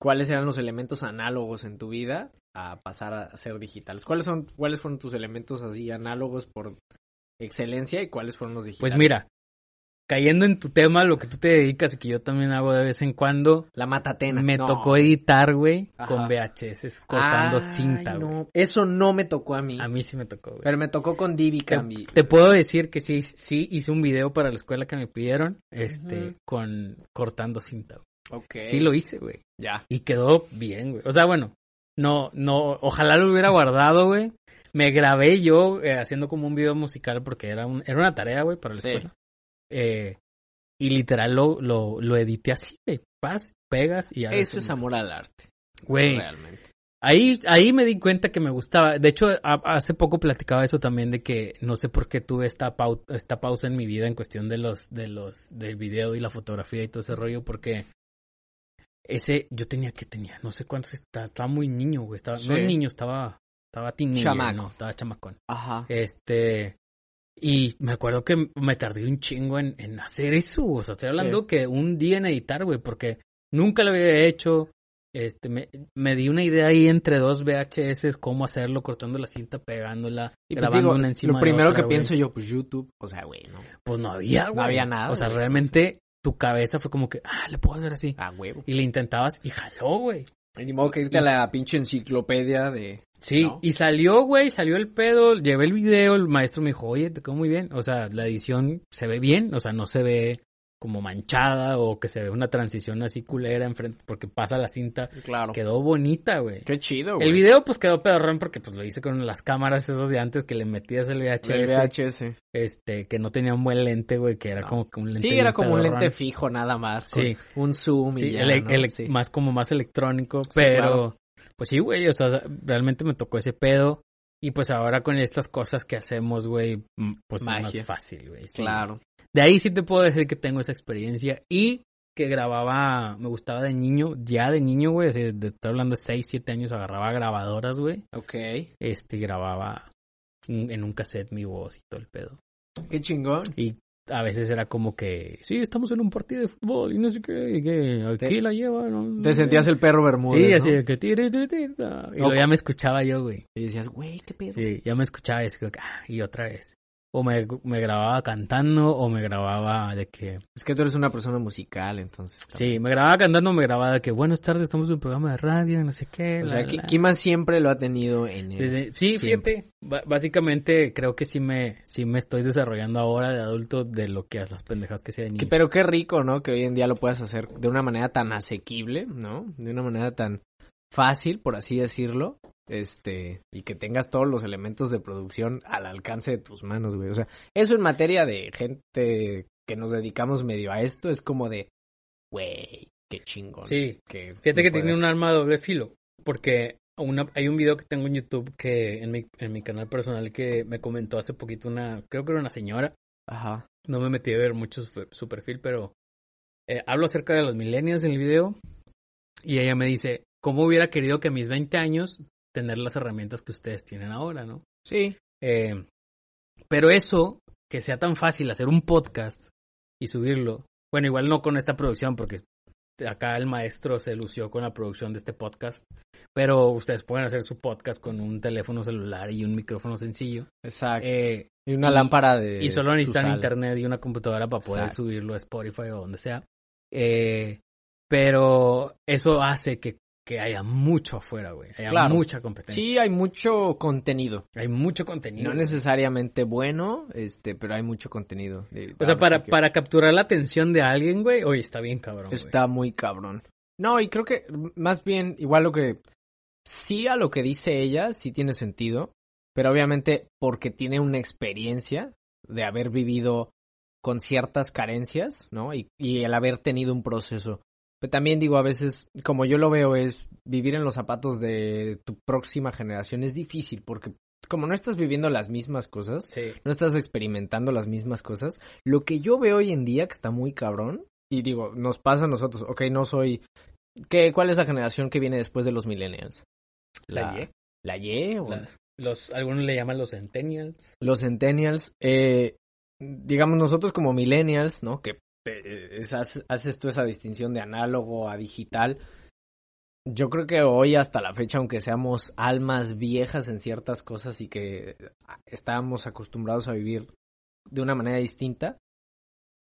Speaker 1: cuáles eran los elementos análogos en tu vida a pasar a ser digitales? ¿Cuáles son cuáles fueron tus elementos así análogos por excelencia y cuáles fueron los digitales?
Speaker 2: Pues mira, cayendo en tu tema, lo que tú te dedicas y que yo también hago de vez en cuando,
Speaker 1: la matatena.
Speaker 2: me
Speaker 1: No.
Speaker 2: tocó editar, güey,
Speaker 1: Ajá.
Speaker 2: con VHS, cortando
Speaker 1: Ay,
Speaker 2: cinta, güey.
Speaker 1: no, Eso no me tocó a mí.
Speaker 2: A mí sí me tocó, güey.
Speaker 1: Pero me tocó con Divi
Speaker 2: Te,
Speaker 1: Cambi.
Speaker 2: te puedo decir que sí, sí hice un video para la escuela que me pidieron, este,
Speaker 1: Ujú.
Speaker 2: con cortando cinta. güey.
Speaker 1: Ok.
Speaker 2: Sí lo hice, güey.
Speaker 1: Ya.
Speaker 2: Y quedó bien, güey. O sea, bueno, no, no, ojalá lo hubiera guardado, güey. Me grabé yo eh, haciendo como un video musical porque era, un, era una tarea, güey, para la
Speaker 1: Sí.
Speaker 2: escuela. Eh, y literal lo, lo, lo edité así, güey. Paz, pegas y ya.
Speaker 1: Eso es
Speaker 2: ves un-
Speaker 1: amor al arte.
Speaker 2: Güey,
Speaker 1: Realmente.
Speaker 2: ahí, ahí me di cuenta que me gustaba. De hecho, a- hace poco platicaba eso también de que no sé por qué tuve esta, pau- esta pausa en mi vida en cuestión de los, de los, del video y la fotografía y todo ese rollo porque ese, yo tenía que tenía, no sé cuántos, estaba, estaba muy niño, güey, estaba, no
Speaker 1: Sí.
Speaker 2: niño, estaba, estaba teenager,
Speaker 1: Chamaco.
Speaker 2: no, estaba chamacón.
Speaker 1: Ajá.
Speaker 2: Este. Y me acuerdo que me tardé un chingo en, en hacer eso. O sea, estoy hablando que un día en editar, güey, porque nunca lo había hecho. Este, me, me di una idea ahí entre dos VHS, cómo hacerlo, cortando la cinta, pegándola,
Speaker 1: Y pues
Speaker 2: grabando
Speaker 1: digo,
Speaker 2: una encima
Speaker 1: lo
Speaker 2: de
Speaker 1: primero
Speaker 2: otra,
Speaker 1: que
Speaker 2: güey.
Speaker 1: pienso yo, pues YouTube, o sea, güey, no,
Speaker 2: Pues no había,
Speaker 1: No
Speaker 2: güey.
Speaker 1: había nada,
Speaker 2: O sea,
Speaker 1: güey.
Speaker 2: realmente tu cabeza fue como que, ah, le puedo hacer así.
Speaker 1: a huevo.
Speaker 2: Y le intentabas y jaló, güey.
Speaker 1: Ni modo que irte a la pinche enciclopedia de...
Speaker 2: Sí,
Speaker 1: ¿no?
Speaker 2: y salió, güey, salió el pedo, llevé el video, el maestro me dijo, oye, te quedó muy bien, o sea, la edición se ve bien, o sea, no se ve como manchada o que se ve una transición así culera enfrente porque pasa la cinta,
Speaker 1: Claro.
Speaker 2: quedó bonita, güey.
Speaker 1: Qué chido, güey.
Speaker 2: El video pues quedó pedorrón porque pues lo hice con las cámaras esas de antes que le metías el VHS,
Speaker 1: El VHS.
Speaker 2: este, que no tenía un buen lente, güey, que era
Speaker 1: No.
Speaker 2: como que un lente
Speaker 1: Sí,
Speaker 2: bien
Speaker 1: era como un
Speaker 2: pedorrón.
Speaker 1: lente fijo nada más.
Speaker 2: Sí.
Speaker 1: Sí. Un zoom y
Speaker 2: Sí, e-
Speaker 1: ya,
Speaker 2: ele-
Speaker 1: ¿no?
Speaker 2: ele-
Speaker 1: Sí.
Speaker 2: más como más electrónico,
Speaker 1: Sí,
Speaker 2: pero
Speaker 1: claro.
Speaker 2: Pues sí, güey, o sea, realmente me tocó ese pedo. Y pues ahora con estas cosas que hacemos, güey, pues es
Speaker 1: Magia.
Speaker 2: más fácil, güey. sí.
Speaker 1: Claro.
Speaker 2: De ahí sí te puedo decir que tengo esa experiencia y que grababa, me gustaba de niño, ya de niño, güey, así, de- de- estoy hablando de 6, 7 años, agarraba grabadoras, güey,
Speaker 1: Ok.
Speaker 2: este, y grababa un- en un cassette mi voz y todo el pedo.
Speaker 1: Qué chingón.
Speaker 2: Y a veces era como que, sí, estamos en un partido de fútbol y no sé qué, y que aquí
Speaker 1: Te-
Speaker 2: la lleva, ¿no?
Speaker 1: Te sentías el perro Bermúdez,
Speaker 2: Mm. Sí, así
Speaker 1: ¿no?
Speaker 2: de que tire, tire, tire, ah, Y
Speaker 1: No,
Speaker 2: luego ya me escuchaba yo, güey.
Speaker 1: Y decías, güey, qué pedo.
Speaker 2: Sí, ya me escuchaba y así como que, ah, y otra vez. O me, me grababa cantando o me grababa de que...
Speaker 1: Es que tú eres una persona musical, entonces.
Speaker 2: Sí, me grababa cantando, me grababa de que buenas tardes, estamos en un programa de radio, no sé qué.
Speaker 1: O
Speaker 2: la,
Speaker 1: sea,
Speaker 2: la,
Speaker 1: Ki-
Speaker 2: la".
Speaker 1: Kima siempre lo ha tenido en el...
Speaker 2: Desde- sí,
Speaker 1: siempre.
Speaker 2: fíjate, ba- básicamente creo que sí me, sí me estoy desarrollando ahora de adulto de lo que a las pendejas que sea de
Speaker 1: Que-
Speaker 2: niño.
Speaker 1: Pero qué rico, ¿no? Que hoy en día lo puedas hacer de una manera tan asequible, ¿no? De una manera tan fácil, por así decirlo. Este, y que tengas todos los elementos de producción al alcance de tus manos, güey. O sea, eso en materia de gente que nos dedicamos medio a esto es como de, güey, qué chingón.
Speaker 2: Sí,
Speaker 1: que
Speaker 2: fíjate
Speaker 1: lo
Speaker 2: que tiene
Speaker 1: puedas-
Speaker 2: un arma de doble filo, porque una- hay un video que tengo en YouTube que en mi, en mi canal personal que me comentó hace poquito una, creo que era una señora,
Speaker 1: Ajá.
Speaker 2: no me metí a ver mucho su, su perfil, pero eh, hablo acerca de los millennials en el video y ella me dice, ¿cómo hubiera querido que a mis 20 años tener las herramientas que ustedes tienen ahora, no?
Speaker 1: Sí.
Speaker 2: Eh, pero eso, que sea tan fácil hacer un podcast y subirlo, bueno, igual no con esta producción porque acá el maestro se lució con la producción de este podcast, pero ustedes pueden hacer su podcast con un teléfono celular y un micrófono sencillo.
Speaker 1: Exacto.
Speaker 2: Eh,
Speaker 1: y una
Speaker 2: y-
Speaker 1: lámpara de.
Speaker 2: y solo necesitan
Speaker 1: Susana.
Speaker 2: internet y una computadora para poder
Speaker 1: Eh, Exacto.
Speaker 2: subirlo a Spotify o donde sea. Eh, pero eso hace que, que haya mucho afuera, güey. Haya
Speaker 1: Claro.
Speaker 2: mucha competencia.
Speaker 1: Sí, hay mucho contenido.
Speaker 2: Hay mucho contenido.
Speaker 1: No
Speaker 2: güey.
Speaker 1: necesariamente bueno, este, pero hay mucho contenido. De-
Speaker 2: o sea,
Speaker 1: ahora
Speaker 2: para,
Speaker 1: sí que
Speaker 2: para capturar la atención de alguien, güey, oye, está bien cabrón, güey.
Speaker 1: Está muy cabrón. No, y creo que mm, más bien, igual lo que... Sí a lo que dice ella, sí tiene sentido, pero obviamente porque tiene una experiencia de haber vivido con ciertas carencias, ¿no? Y, y el haber tenido un proceso. Pero también digo, a veces, como yo lo veo, es vivir en los zapatos de tu próxima generación es difícil porque como no estás viviendo las mismas cosas,
Speaker 2: Sí.
Speaker 1: no estás experimentando las mismas cosas. Lo que yo veo hoy en día que está muy cabrón, y digo, nos pasa a nosotros, ok, no soy... ¿Qué, ¿Cuál es la generación que viene después de los millennials?
Speaker 2: La Y.
Speaker 1: ¿La Y? o-
Speaker 2: La- los, algunos le llaman los centennials.
Speaker 1: Los centennials, eh, digamos nosotros como millennials, ¿no? Que eh, es- haces- haces tú esa distinción de análogo a digital. Yo creo que hoy hasta la fecha, aunque seamos almas viejas en ciertas cosas y que ah, estábamos acostumbrados a vivir de una manera distinta,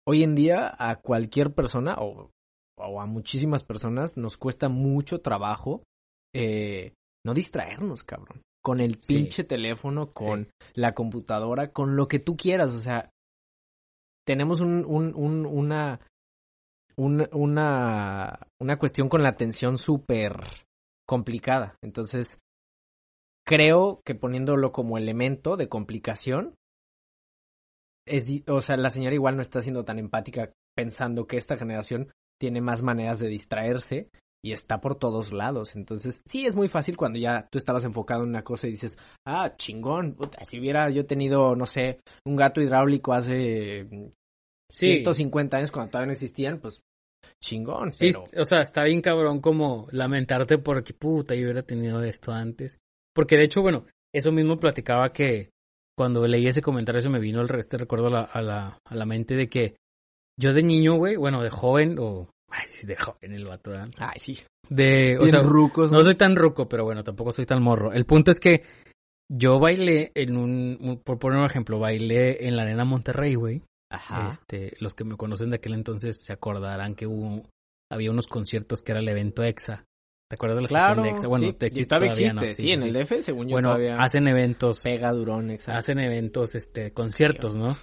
Speaker 1: hoy en día a cualquier persona o, o a muchísimas personas nos cuesta mucho trabajo eh, no distraernos, cabrón. Con el
Speaker 2: Sí.
Speaker 1: pinche teléfono, con la computadora, con lo que tú quieras. O sea, tenemos un, un- un- una, un- una, una cuestión con la atención súper complicada. Entonces, creo que poniéndolo como elemento de complicación, es, di- o sea, la señora igual no está siendo tan empática pensando que esta generación tiene más maneras de distraerse y está por todos lados. Entonces, sí es muy fácil cuando ya tú estabas enfocado en una cosa y dices, ah, chingón, puta, si hubiera yo tenido, no sé, un gato hidráulico hace mm,
Speaker 2: Sí.
Speaker 1: 150 años cuando todavía no existían, pues chingón.
Speaker 2: Sí,
Speaker 1: pero...
Speaker 2: o sea, está bien cabrón como lamentarte porque puta, yo hubiera tenido esto antes. Porque de hecho, bueno, eso mismo platicaba que cuando leí ese comentario se me vino el resto, recuerdo a la, a la, a la mente de que yo de niño, güey, bueno, de joven, o... Ay, sí, de joven el vato, ¿verdad?
Speaker 1: Ay, sí.
Speaker 2: De, o sea,
Speaker 1: rucos.
Speaker 2: no soy tan roco, pero bueno, tampoco soy tan morro. El punto es que yo bailé en un, un- por poner un ejemplo, bailé en la arena Monterrey, güey.
Speaker 1: Ajá.
Speaker 2: Este, los que me conocen de aquel entonces se acordarán que hubo, había unos conciertos que era el evento EXA. ¿Te acuerdas de la
Speaker 1: Claro,
Speaker 2: estación de EXA? Bueno,
Speaker 1: sí,
Speaker 2: te existe
Speaker 1: todavía
Speaker 2: todavía,
Speaker 1: existe,
Speaker 2: ¿no?
Speaker 1: sí, en el DF, según yo
Speaker 2: Bueno,
Speaker 1: todavía
Speaker 2: hacen eventos,
Speaker 1: pega durón, exacto.
Speaker 2: hacen eventos, este, conciertos, ¿no?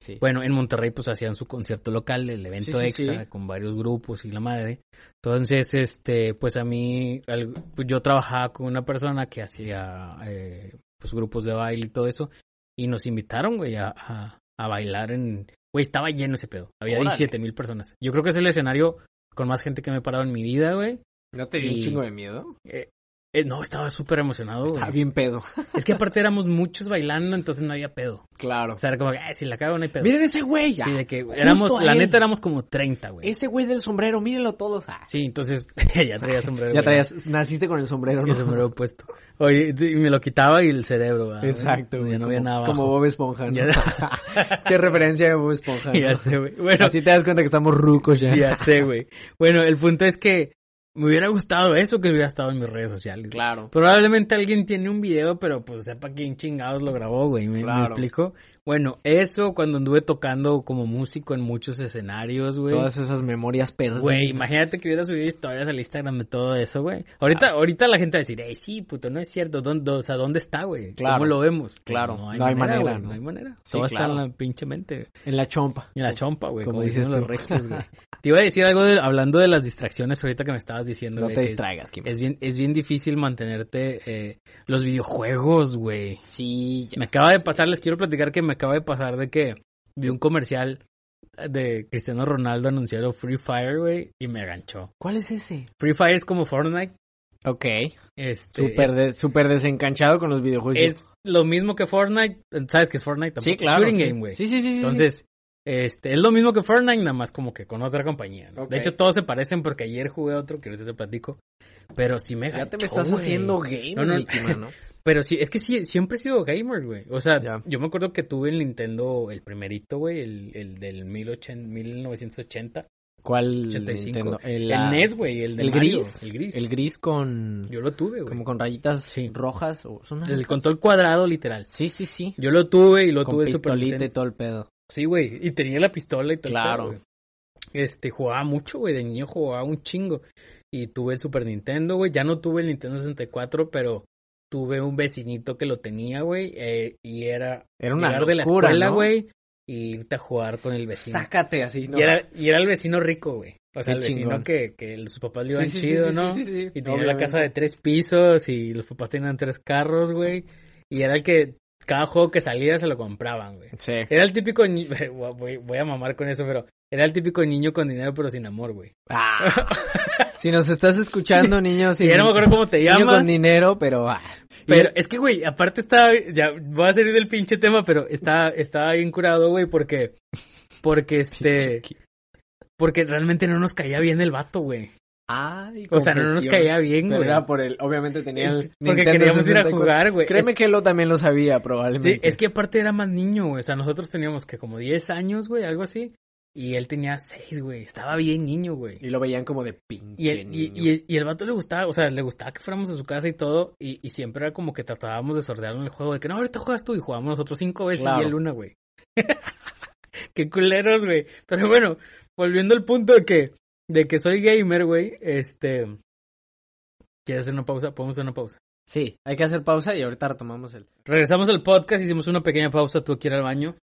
Speaker 1: Sí.
Speaker 2: Bueno, en Monterrey pues hacían su concierto local, el evento
Speaker 1: Sí, sí,
Speaker 2: extra,
Speaker 1: sí.
Speaker 2: con varios grupos y la madre. Entonces, este, pues a mí, al- pues, yo trabajaba con una persona que hacía eh, pues grupos de baile y todo eso, y nos invitaron, güey, a, a- a bailar en... Güey, estaba lleno ese pedo, había
Speaker 1: Órale.
Speaker 2: 17 mil personas. Yo creo que es el escenario con más gente que me he parado en mi vida, güey.
Speaker 1: ¿No te dio un
Speaker 2: y-
Speaker 1: chingo de miedo?
Speaker 2: Eh, Eh, no, estaba súper emocionado, güey.
Speaker 1: Está Pues, bien pedo.
Speaker 2: Es que aparte éramos muchos bailando, entonces no había pedo.
Speaker 1: Claro.
Speaker 2: O sea, era como, que, "Ah, si la cago no hay pedo.
Speaker 1: Miren ese güey. ya.
Speaker 2: Sí, de que
Speaker 1: Justo
Speaker 2: éramos,
Speaker 1: a
Speaker 2: la
Speaker 1: él.
Speaker 2: neta éramos como 30, güey.
Speaker 1: Ese güey del sombrero, mírenlo todos. Ah,
Speaker 2: Sí, entonces ya traía sombrero.
Speaker 1: ya
Speaker 2: güey.
Speaker 1: traías, naciste con el sombrero, ¿no?
Speaker 2: El sombrero puesto. Oye, y me lo quitaba y el cerebro, ¿verdad?
Speaker 1: Exacto,
Speaker 2: Ya
Speaker 1: güey.
Speaker 2: no
Speaker 1: como,
Speaker 2: había nada abajo.
Speaker 1: como Bob Esponja, ¿no?
Speaker 2: Ya-
Speaker 1: Che referencia de Bob Esponja. ¿no?
Speaker 2: Ya sé, güey. Bueno,
Speaker 1: Así te das cuenta que estamos rucos ya.
Speaker 2: sí, ya sé, güey. Bueno, el punto es que me hubiera gustado eso que hubiera estado en mis redes sociales. güey.
Speaker 1: Claro.
Speaker 2: Probablemente alguien tiene un video, pero pues sepa quién chingados lo grabó, güey. ¿Me, me
Speaker 1: Claro.
Speaker 2: explico? Bueno, eso cuando anduve tocando como músico en muchos escenarios, güey.
Speaker 1: Todas esas memorias perdidas.
Speaker 2: Güey, imagínate que hubiera subido historias al Instagram de todo eso, güey.
Speaker 1: Ah.
Speaker 2: Ahorita, ahorita la gente va a decir, ey, sí, puto, no es cierto. ¿Dónde, o sea, ¿dónde está, güey?
Speaker 1: Claro.
Speaker 2: ¿Cómo lo vemos? Pues,
Speaker 1: Claro. No hay manera,
Speaker 2: güey,
Speaker 1: ¿no?
Speaker 2: no hay manera.
Speaker 1: Sí,
Speaker 2: todo está en
Speaker 1: claro.
Speaker 2: la pinche mente, güey.
Speaker 1: En la chompa.
Speaker 2: Y en la chompa, güey.
Speaker 1: Como
Speaker 2: Como,
Speaker 1: dices
Speaker 2: dicen los
Speaker 1: tú.
Speaker 2: regios, güey. Te iba a decir algo de- hablando de las distracciones ahorita que me estabas diciendo,
Speaker 1: No
Speaker 2: güey,
Speaker 1: te
Speaker 2: que es-
Speaker 1: distraigas, Kim.
Speaker 2: Es bien, es bien difícil mantenerte eh, los videojuegos, güey.
Speaker 1: Sí, ya
Speaker 2: Me
Speaker 1: sé.
Speaker 2: acaba de pasar, les quiero platicar que me acaba de pasar de que vi un comercial de Cristiano Ronaldo anunciando Free Fire, güey, y me ganchó.
Speaker 1: ¿Cuál es ese?
Speaker 2: Free Fire es como Fortnite.
Speaker 1: Ok.
Speaker 2: Este,
Speaker 1: Súper
Speaker 2: es-
Speaker 1: de- súper desencanchado con los videojuegos.
Speaker 2: es, lo mismo que Fortnite. ¿Sabes que es Fortnite? tampoco?
Speaker 1: sí, claro.
Speaker 2: Shooting
Speaker 1: sí.
Speaker 2: game, güey.
Speaker 1: Sí, sí, sí, sí, sí.
Speaker 2: Entonces, este, es lo mismo que Fortnite, nada más como que con otra compañía. ¿no?
Speaker 1: Ok.
Speaker 2: De hecho, todos se parecen porque ayer jugué otro que ahorita te platico. Pero sí me
Speaker 1: ya te me
Speaker 2: ganchó,
Speaker 1: estás
Speaker 2: güey.
Speaker 1: haciendo game,
Speaker 2: No, no.
Speaker 1: Ricky, mano.
Speaker 2: Pero sí, es que sí, siempre he sido gamer, güey. O sea,
Speaker 1: Ya.
Speaker 2: yo me acuerdo que tuve el Nintendo, el primerito, güey, el, el del 1080, 1980.
Speaker 1: ¿Cuál
Speaker 2: 85?
Speaker 1: Nintendo? El,
Speaker 2: el
Speaker 1: ah,
Speaker 2: NES, güey, el de
Speaker 1: el
Speaker 2: Mario,
Speaker 1: gris.
Speaker 2: El gris.
Speaker 1: El gris con
Speaker 2: Yo lo tuve, güey.
Speaker 1: como con rayitas
Speaker 2: Sí.
Speaker 1: rojas o son
Speaker 2: El
Speaker 1: naranjas?
Speaker 2: control cuadrado, literal.
Speaker 1: Sí, sí, sí.
Speaker 2: Yo lo tuve y lo
Speaker 1: con
Speaker 2: tuve el Super
Speaker 1: pistolita y
Speaker 2: Nintendo.
Speaker 1: todo el pedo.
Speaker 2: Sí, güey. Y tenía la pistola y todo. el
Speaker 1: Claro.
Speaker 2: pedo, güey. Este, jugaba mucho, güey. De niño jugaba un chingo. Y tuve el Super Nintendo, güey. Ya no tuve el Nintendo 64, pero tuve un vecinito que lo tenía, güey. eh, y era
Speaker 1: Era una
Speaker 2: llegar
Speaker 1: locura,
Speaker 2: de la escuela,
Speaker 1: ¿no?
Speaker 2: güey. Y irte a jugar con el vecino.
Speaker 1: Sácate así, ¿no?
Speaker 2: Y, era, y era el vecino rico, güey. O sea,
Speaker 1: Qué
Speaker 2: el
Speaker 1: chingón.
Speaker 2: vecino que, que sus papás
Speaker 1: Sí,
Speaker 2: le iban
Speaker 1: sí, sí,
Speaker 2: chido,
Speaker 1: sí,
Speaker 2: ¿no?
Speaker 1: sí, sí, sí.
Speaker 2: Y tenía la
Speaker 1: Obviamente.
Speaker 2: casa de tres pisos y los papás tenían tres carros, güey. Y era el que cada juego que salía se lo compraban, güey.
Speaker 1: Sí.
Speaker 2: Era el típico ni- voy, voy a mamar con eso, pero era el típico niño con dinero pero sin amor, güey.
Speaker 1: Ah. si nos estás escuchando, niño,
Speaker 2: Sí,
Speaker 1: sin-
Speaker 2: ya no me acuerdo cómo te
Speaker 1: niño
Speaker 2: llamas,
Speaker 1: con dinero, pero ah.
Speaker 2: pero es que güey, aparte está ya voy a salir del pinche tema, pero está está bien curado, güey, porque porque este porque realmente no nos caía bien el vato, güey.
Speaker 1: Ay,
Speaker 2: O sea, no nos
Speaker 1: confesión.
Speaker 2: caía bien,
Speaker 1: Pero
Speaker 2: güey.
Speaker 1: era por el, obviamente tenía el
Speaker 2: Porque
Speaker 1: Nintendo
Speaker 2: queríamos ir a
Speaker 1: 64.
Speaker 2: jugar, güey.
Speaker 1: Créeme que lo también lo sabía,
Speaker 2: Es- sí,
Speaker 1: probablemente.
Speaker 2: es que aparte era más niño, güey. O sea, nosotros teníamos que como 10 años, güey, algo así. Y él tenía 6, güey. Estaba bien niño, güey.
Speaker 1: Y lo veían como de pinche
Speaker 2: Y el, y,
Speaker 1: niño.
Speaker 2: y- y el vato le gustaba, o sea, le gustaba que fuéramos a su casa y todo, y, y siempre era como que tratábamos de sortearlo en el juego, de que no, ahorita juegas tú y jugamos nosotros cinco veces
Speaker 1: Claro.
Speaker 2: y él una, güey. Qué culeros, güey. Pero bueno, volviendo al punto de que, de que soy gamer, güey, este... ¿Quieres hacer una pausa? Podemos hacer una pausa.
Speaker 1: Sí, hay que hacer pausa y ahorita retomamos el...
Speaker 2: Regresamos al podcast, hicimos una pequeña pausa, tú aquí ir al baño.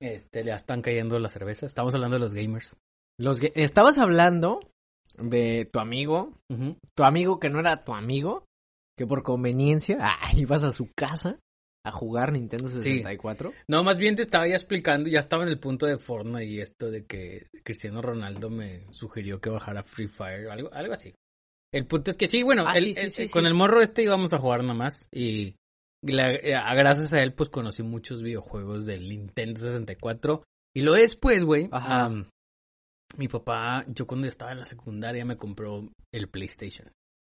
Speaker 2: Este, ya están cayendo las cervezas. Estamos hablando de los gamers.
Speaker 1: Los ga- Estabas hablando de tu amigo,
Speaker 2: Ujú.
Speaker 1: tu amigo que no era tu amigo, que por conveniencia ah, ibas a su casa a jugar Nintendo 64.
Speaker 2: No, más bien te estaba ya explicando, ya estaba en el punto de Fortnite y esto de que Cristiano Ronaldo me sugirió que bajara Free Fire o algo, algo así. El punto es que sí, bueno,
Speaker 1: Ah,
Speaker 2: el-
Speaker 1: sí, sí,
Speaker 2: el-
Speaker 1: sí,
Speaker 2: el-
Speaker 1: sí.
Speaker 2: con el morro este íbamos a jugar nada más y, y la- eh, a- gracias a él pues conocí muchos videojuegos del Nintendo 64 y lo después, güey,
Speaker 1: Ajá.
Speaker 2: am, mi papá, yo cuando estaba en la secundaria me compró el PlayStation,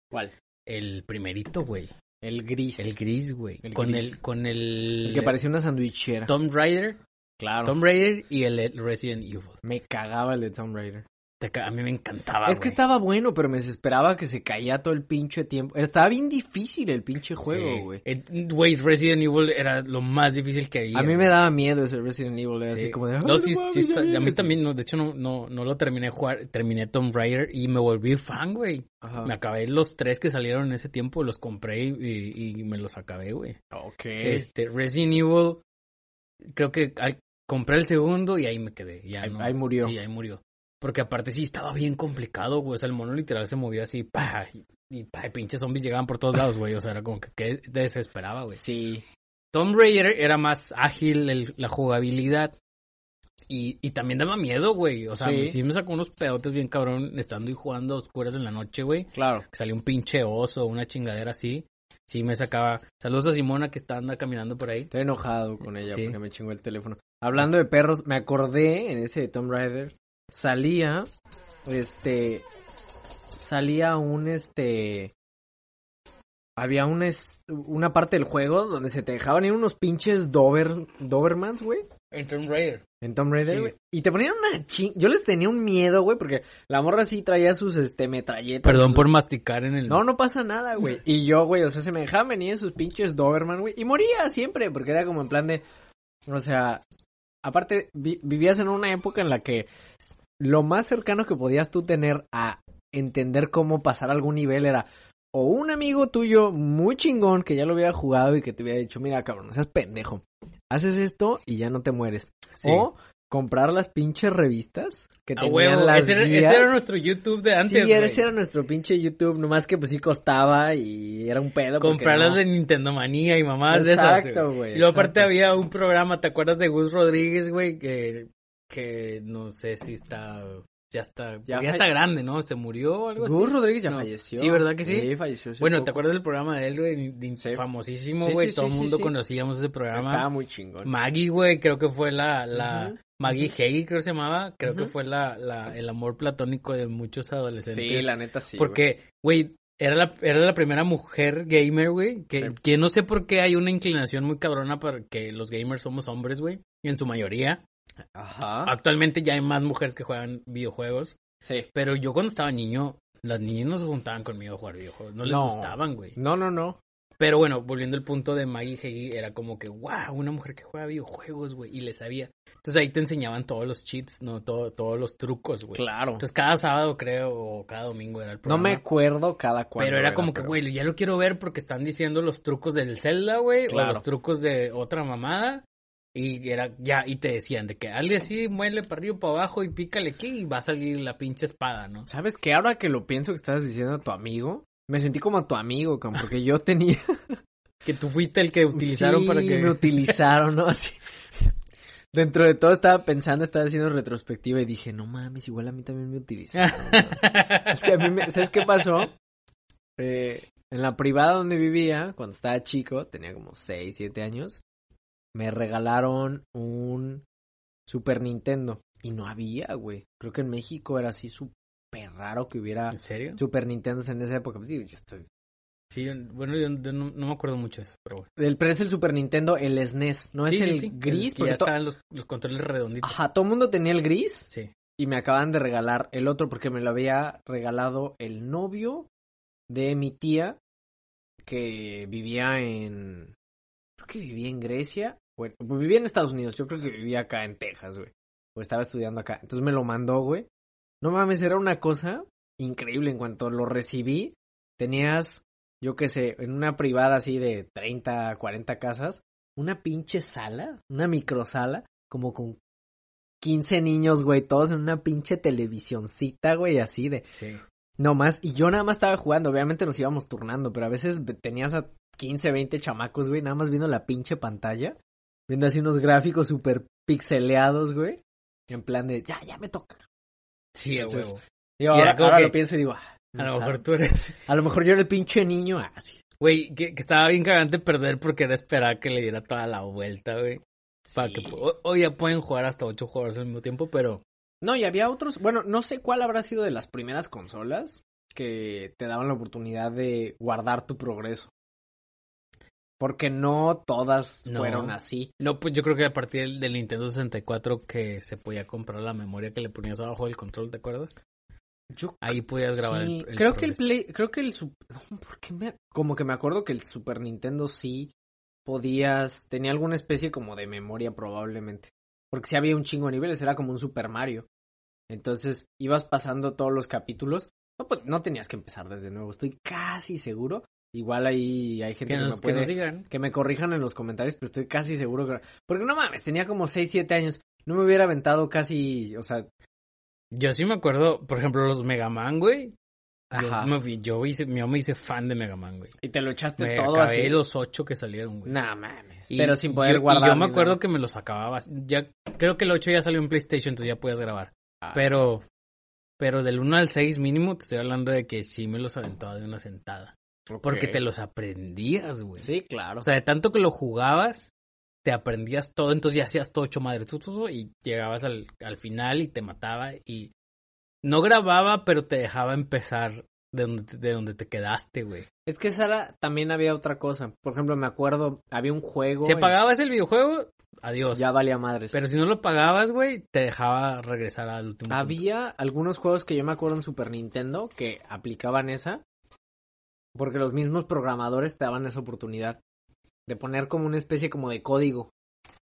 Speaker 1: ¿Cuál?
Speaker 2: el primerito, güey,
Speaker 1: El gris.
Speaker 2: el gris, güey,
Speaker 1: El
Speaker 2: con
Speaker 1: gris.
Speaker 2: el con el,
Speaker 1: El que parecía una sandwichera.
Speaker 2: Tomb Raider
Speaker 1: claro.
Speaker 2: Tomb Raider y el el Resident Evil.
Speaker 1: Me cagaba el de Tomb Raider.
Speaker 2: Te ca- A mí me encantaba.
Speaker 1: es que
Speaker 2: Ah, güey.
Speaker 1: estaba bueno, pero me desesperaba que se caía todo el pinche tiempo. Estaba bien difícil el pinche
Speaker 2: Sí.
Speaker 1: juego, güey.
Speaker 2: Eh, Güey, Resident Evil era lo más difícil que había.
Speaker 1: A mí me
Speaker 2: güey.
Speaker 1: daba miedo ese Resident Evil, era
Speaker 2: Sí.
Speaker 1: así como de... "Ay,
Speaker 2: No, sí,
Speaker 1: mames,
Speaker 2: sí
Speaker 1: ya
Speaker 2: está- a mí
Speaker 1: vienes".
Speaker 2: también, no, de hecho no, no, no lo terminé de jugar, terminé Tomb Raider y me volví fan, güey.
Speaker 1: Ajá.
Speaker 2: Me acabé los tres que salieron en ese tiempo, los compré y, y- y me los acabé, güey.
Speaker 1: Ok.
Speaker 2: Este, Resident Evil, creo que al- compré el segundo y ahí me quedé. ya
Speaker 1: Ahí-
Speaker 2: no-
Speaker 1: ahí murió.
Speaker 2: Sí, ahí murió. Porque aparte sí estaba bien complicado, güey. O sea, el mono literal se movía así, pa, y, y pa, y pinches zombies llegaban por todos lados, güey. O sea, era como que, que te Pues, desesperaba, güey.
Speaker 1: Sí.
Speaker 2: Tomb Raider era más ágil el- la jugabilidad. Y, y también daba miedo, güey. O sea,
Speaker 1: Sí.
Speaker 2: sí me sacó unos pedotes bien cabrón estando y jugando a oscuras en la noche, güey.
Speaker 1: Claro.
Speaker 2: que salió un pinche oso, una chingadera así. Sí, me sacaba. Saludos a Simona que está anda caminando por ahí.
Speaker 1: Estoy enojado con ella
Speaker 2: Sí.
Speaker 1: porque me chingó el teléfono. Hablando de perros, me acordé en ese de Tomb Raider. Salía, este, salía un, este, había un, es- una parte del juego donde se te dejaban ir unos pinches Dober, Dobermans, güey.
Speaker 2: El Tomb Raider.
Speaker 1: En Tomb Raider,
Speaker 2: Sí,
Speaker 1: güey. Y te ponían una ching... Yo les tenía un miedo, güey, porque la morra sí traía sus, este, metralletas.
Speaker 2: Perdón por masticar en el.
Speaker 1: No, no pasa nada, güey. Y yo, güey, o sea, se me dejaban venir esos pinches Doberman, güey. Y moría siempre, porque era como en plan de. O sea, aparte, vi- vivías en una época en la que lo más cercano que podías tú tener a entender cómo pasar algún nivel era o un amigo tuyo muy chingón que ya lo hubiera jugado y que te hubiera dicho, mira, cabrón, no seas pendejo. Haces esto y ya no te mueres.
Speaker 2: Sí.
Speaker 1: O comprar las pinches revistas que
Speaker 2: a
Speaker 1: tenían
Speaker 2: huevo.
Speaker 1: las
Speaker 2: Ese, era- ese
Speaker 1: guías.
Speaker 2: era nuestro YouTube de antes.
Speaker 1: Sí,
Speaker 2: güey.
Speaker 1: ese era nuestro pinche YouTube, nomás que pues sí costaba y era un pedo. porque
Speaker 2: Comprarlas
Speaker 1: no.
Speaker 2: de Nintendo Manía y mamás de esas.
Speaker 1: Exacto,
Speaker 2: güey.
Speaker 1: güey.
Speaker 2: Y luego aparte
Speaker 1: exacto.
Speaker 2: había un programa, ¿te acuerdas de Gus Rodríguez, güey? Que, que no sé si está. Ya está.
Speaker 1: Ya
Speaker 2: Ya,
Speaker 1: fa-
Speaker 2: está grande, ¿no? Se murió o algo así.
Speaker 1: Gus Rodríguez ya
Speaker 2: No.
Speaker 1: falleció.
Speaker 2: Sí, ¿verdad que sí?
Speaker 1: falleció. hace
Speaker 2: Bueno,
Speaker 1: poco.
Speaker 2: ¿te acuerdas del programa de él, güey? Din-
Speaker 1: Sí.
Speaker 2: Famosísimo,
Speaker 1: Sí,
Speaker 2: güey.
Speaker 1: sí, sí,
Speaker 2: Todo el
Speaker 1: sí,
Speaker 2: mundo
Speaker 1: sí.
Speaker 2: conocíamos ese programa.
Speaker 1: Estaba muy chingón.
Speaker 2: Maggie, güey, creo que fue la, la
Speaker 1: Ujú.
Speaker 2: Maggie Hegel, creo que se llamaba, creo
Speaker 1: Ujú.
Speaker 2: que fue la, la, el amor platónico de muchos
Speaker 1: Sí,
Speaker 2: adolescentes.
Speaker 1: la neta sí. güey.
Speaker 2: porque, güey, era la, era la primera mujer gamer, güey, que,
Speaker 1: Sí.
Speaker 2: que no sé por qué hay una inclinación muy cabrona para que los gamers somos hombres, güey, en su mayoría.
Speaker 1: Ajá.
Speaker 2: Actualmente ya hay más mujeres que juegan videojuegos,
Speaker 1: Sí.
Speaker 2: pero yo cuando estaba niño, las niñas no se juntaban conmigo a jugar videojuegos, no les
Speaker 1: No.
Speaker 2: gustaban, güey.
Speaker 1: No, no, no.
Speaker 2: Pero bueno, volviendo al punto de Maggie Heggie, era como que, wow, una mujer que juega videojuegos, güey, y le sabía. Entonces ahí te enseñaban todos los cheats, ¿no? Todo, todos los trucos, güey.
Speaker 1: Claro.
Speaker 2: Entonces cada sábado, creo, o cada domingo era el
Speaker 1: No
Speaker 2: programa.
Speaker 1: me acuerdo cada cuándo.
Speaker 2: Pero era como que,
Speaker 1: pero-
Speaker 2: güey, ya lo quiero ver porque están diciendo los trucos del Zelda, güey,
Speaker 1: Claro.
Speaker 2: o los trucos de otra mamada. Y era, ya, y te decían de que alguien así muele para arriba, para abajo y pícale aquí y va a salir la pinche espada, ¿no?
Speaker 1: ¿Sabes qué? Ahora que lo pienso que estabas diciendo a tu amigo, me sentí como tu amigo, cabrón, porque yo tenía.
Speaker 2: Que tú fuiste el que utilizaron
Speaker 1: Sí,
Speaker 2: para que...
Speaker 1: me utilizaron, ¿no? Así. Dentro de todo estaba pensando, estaba haciendo retrospectiva y dije, no mames, igual a mí también me utilizaron. ¿no? es que a mí me- ¿sabes qué pasó? Eh, en la privada donde vivía, cuando estaba chico, tenía como 6, 7 años, me regalaron un Super Nintendo. Y no había, güey. Creo que en México era así súper raro que hubiera
Speaker 2: ¿En serio?
Speaker 1: Super Nintendo en esa época. Pues Digo, Yo estoy
Speaker 2: Sí, yo- bueno, yo, yo no, no me acuerdo mucho de eso, pero bueno.
Speaker 1: El, pero es el Super Nintendo, el SNES, no
Speaker 2: Sí,
Speaker 1: es
Speaker 2: sí,
Speaker 1: el
Speaker 2: sí,
Speaker 1: gris.
Speaker 2: que
Speaker 1: porque
Speaker 2: ya
Speaker 1: to- Ah.
Speaker 2: estaban los, los controles redonditos.
Speaker 1: Ajá, todo el mundo tenía el gris
Speaker 2: Sí.
Speaker 1: y me acaban de regalar el otro porque me lo había regalado el novio de mi tía que vivía en... Creo que vivía en Grecia. Bueno, pues vivía en Estados Unidos, yo creo que vivía acá en Texas, güey. O estaba estudiando acá. Entonces me lo mandó, güey. No mames, era una cosa increíble. En cuanto lo recibí, tenías, yo qué sé, en una privada así de 30, 40 casas, una pinche sala, una microsala, como con 15 niños, güey, todos en una pinche televisioncita, güey, así de...
Speaker 2: Sí.
Speaker 1: No más, y yo nada más estaba jugando, obviamente nos íbamos turnando, pero a veces ve- tenías a 15, 20 chamacos, güey, nada más viendo la pinche pantalla, viendo así unos gráficos súper pixeleados, güey, en plan de, ya, ya me toca.
Speaker 2: Sí, a
Speaker 1: Entonces,
Speaker 2: huevo.
Speaker 1: Yo
Speaker 2: Y era
Speaker 1: ahora,
Speaker 2: como
Speaker 1: ahora
Speaker 2: que-
Speaker 1: lo pienso y digo, ah,
Speaker 2: A lo
Speaker 1: sabe.
Speaker 2: mejor tú eres...
Speaker 1: a lo mejor yo era el pinche niño, ah, sí.
Speaker 2: Güey, que, que estaba bien cagante perder porque era esperar que le diera toda la vuelta, güey. Para
Speaker 1: Sí.
Speaker 2: que... po- Hoy ya pueden jugar hasta ocho jugadores al mismo tiempo, pero...
Speaker 1: No, y había otros, bueno, no sé cuál habrá sido de las primeras consolas que te daban la oportunidad de guardar tu progreso. Porque no todas
Speaker 2: No.
Speaker 1: fueron así.
Speaker 2: No, pues yo creo que a partir del, del Nintendo 64 que se podía comprar la memoria que le ponías abajo del control, ¿te acuerdas?
Speaker 1: Yo
Speaker 2: Ahí podías grabar
Speaker 1: Sí,
Speaker 2: el, el
Speaker 1: creo que el
Speaker 2: progreso.
Speaker 1: Play, creo que el Sup- no, ¿por qué me- como que me acuerdo que el Super Nintendo sí podías tenía alguna especie como de memoria probablemente, porque si había un chingo de niveles, era como un Super Mario. Entonces, ibas pasando todos los capítulos, no pues, no tenías que empezar desde nuevo, estoy casi seguro. Igual ahí hay gente
Speaker 2: Que
Speaker 1: que,
Speaker 2: nos,
Speaker 1: me
Speaker 2: que
Speaker 1: puede
Speaker 2: nos sigan.
Speaker 1: que me corrijan en los comentarios, pero estoy casi seguro que porque no mames, tenía como 6, 7 años, no me hubiera aventado casi, o sea,
Speaker 2: Yo sí me acuerdo, por ejemplo, los Mega Man, güey. Yo
Speaker 1: Ajá.
Speaker 2: me, fui- yo, hice, yo me hice fan de Mega Man, güey.
Speaker 1: Y te lo echaste
Speaker 2: Me
Speaker 1: todo
Speaker 2: acabé
Speaker 1: así.
Speaker 2: los ocho que salieron, güey.
Speaker 1: Nah, mames.
Speaker 2: Y-
Speaker 1: Pero sin poder
Speaker 2: yo, y
Speaker 1: guardar.
Speaker 2: yo me
Speaker 1: ni
Speaker 2: acuerdo
Speaker 1: nada.
Speaker 2: que me los acababas. Ya, creo que el 8 ya salió en PlayStation, entonces ya podías grabar.
Speaker 1: Ah.
Speaker 2: Pero, pero del 1 al 6 mínimo te estoy hablando de que sí me los aventaba de una sentada. Porque
Speaker 1: Ok.
Speaker 2: te los aprendías, güey.
Speaker 1: Sí, claro.
Speaker 2: O sea, de tanto que lo jugabas, te aprendías todo, entonces ya hacías todo ocho madre tu, tu, tu, y llegabas al, al final y te mataba y no grababa, pero te dejaba empezar de donde, te- de donde te quedaste, güey.
Speaker 1: es que Sara también había otra cosa. Por ejemplo, me acuerdo, había un juego.
Speaker 2: Si
Speaker 1: en-
Speaker 2: apagabas el videojuego, adiós.
Speaker 1: Ya valía madres.
Speaker 2: Pero si no lo pagabas, güey, te dejaba regresar al último.
Speaker 1: Ah,
Speaker 2: punto.
Speaker 1: Había algunos juegos que yo me acuerdo en Super Nintendo que aplicaban esa. Porque los mismos programadores te daban esa oportunidad de poner como una especie como de código.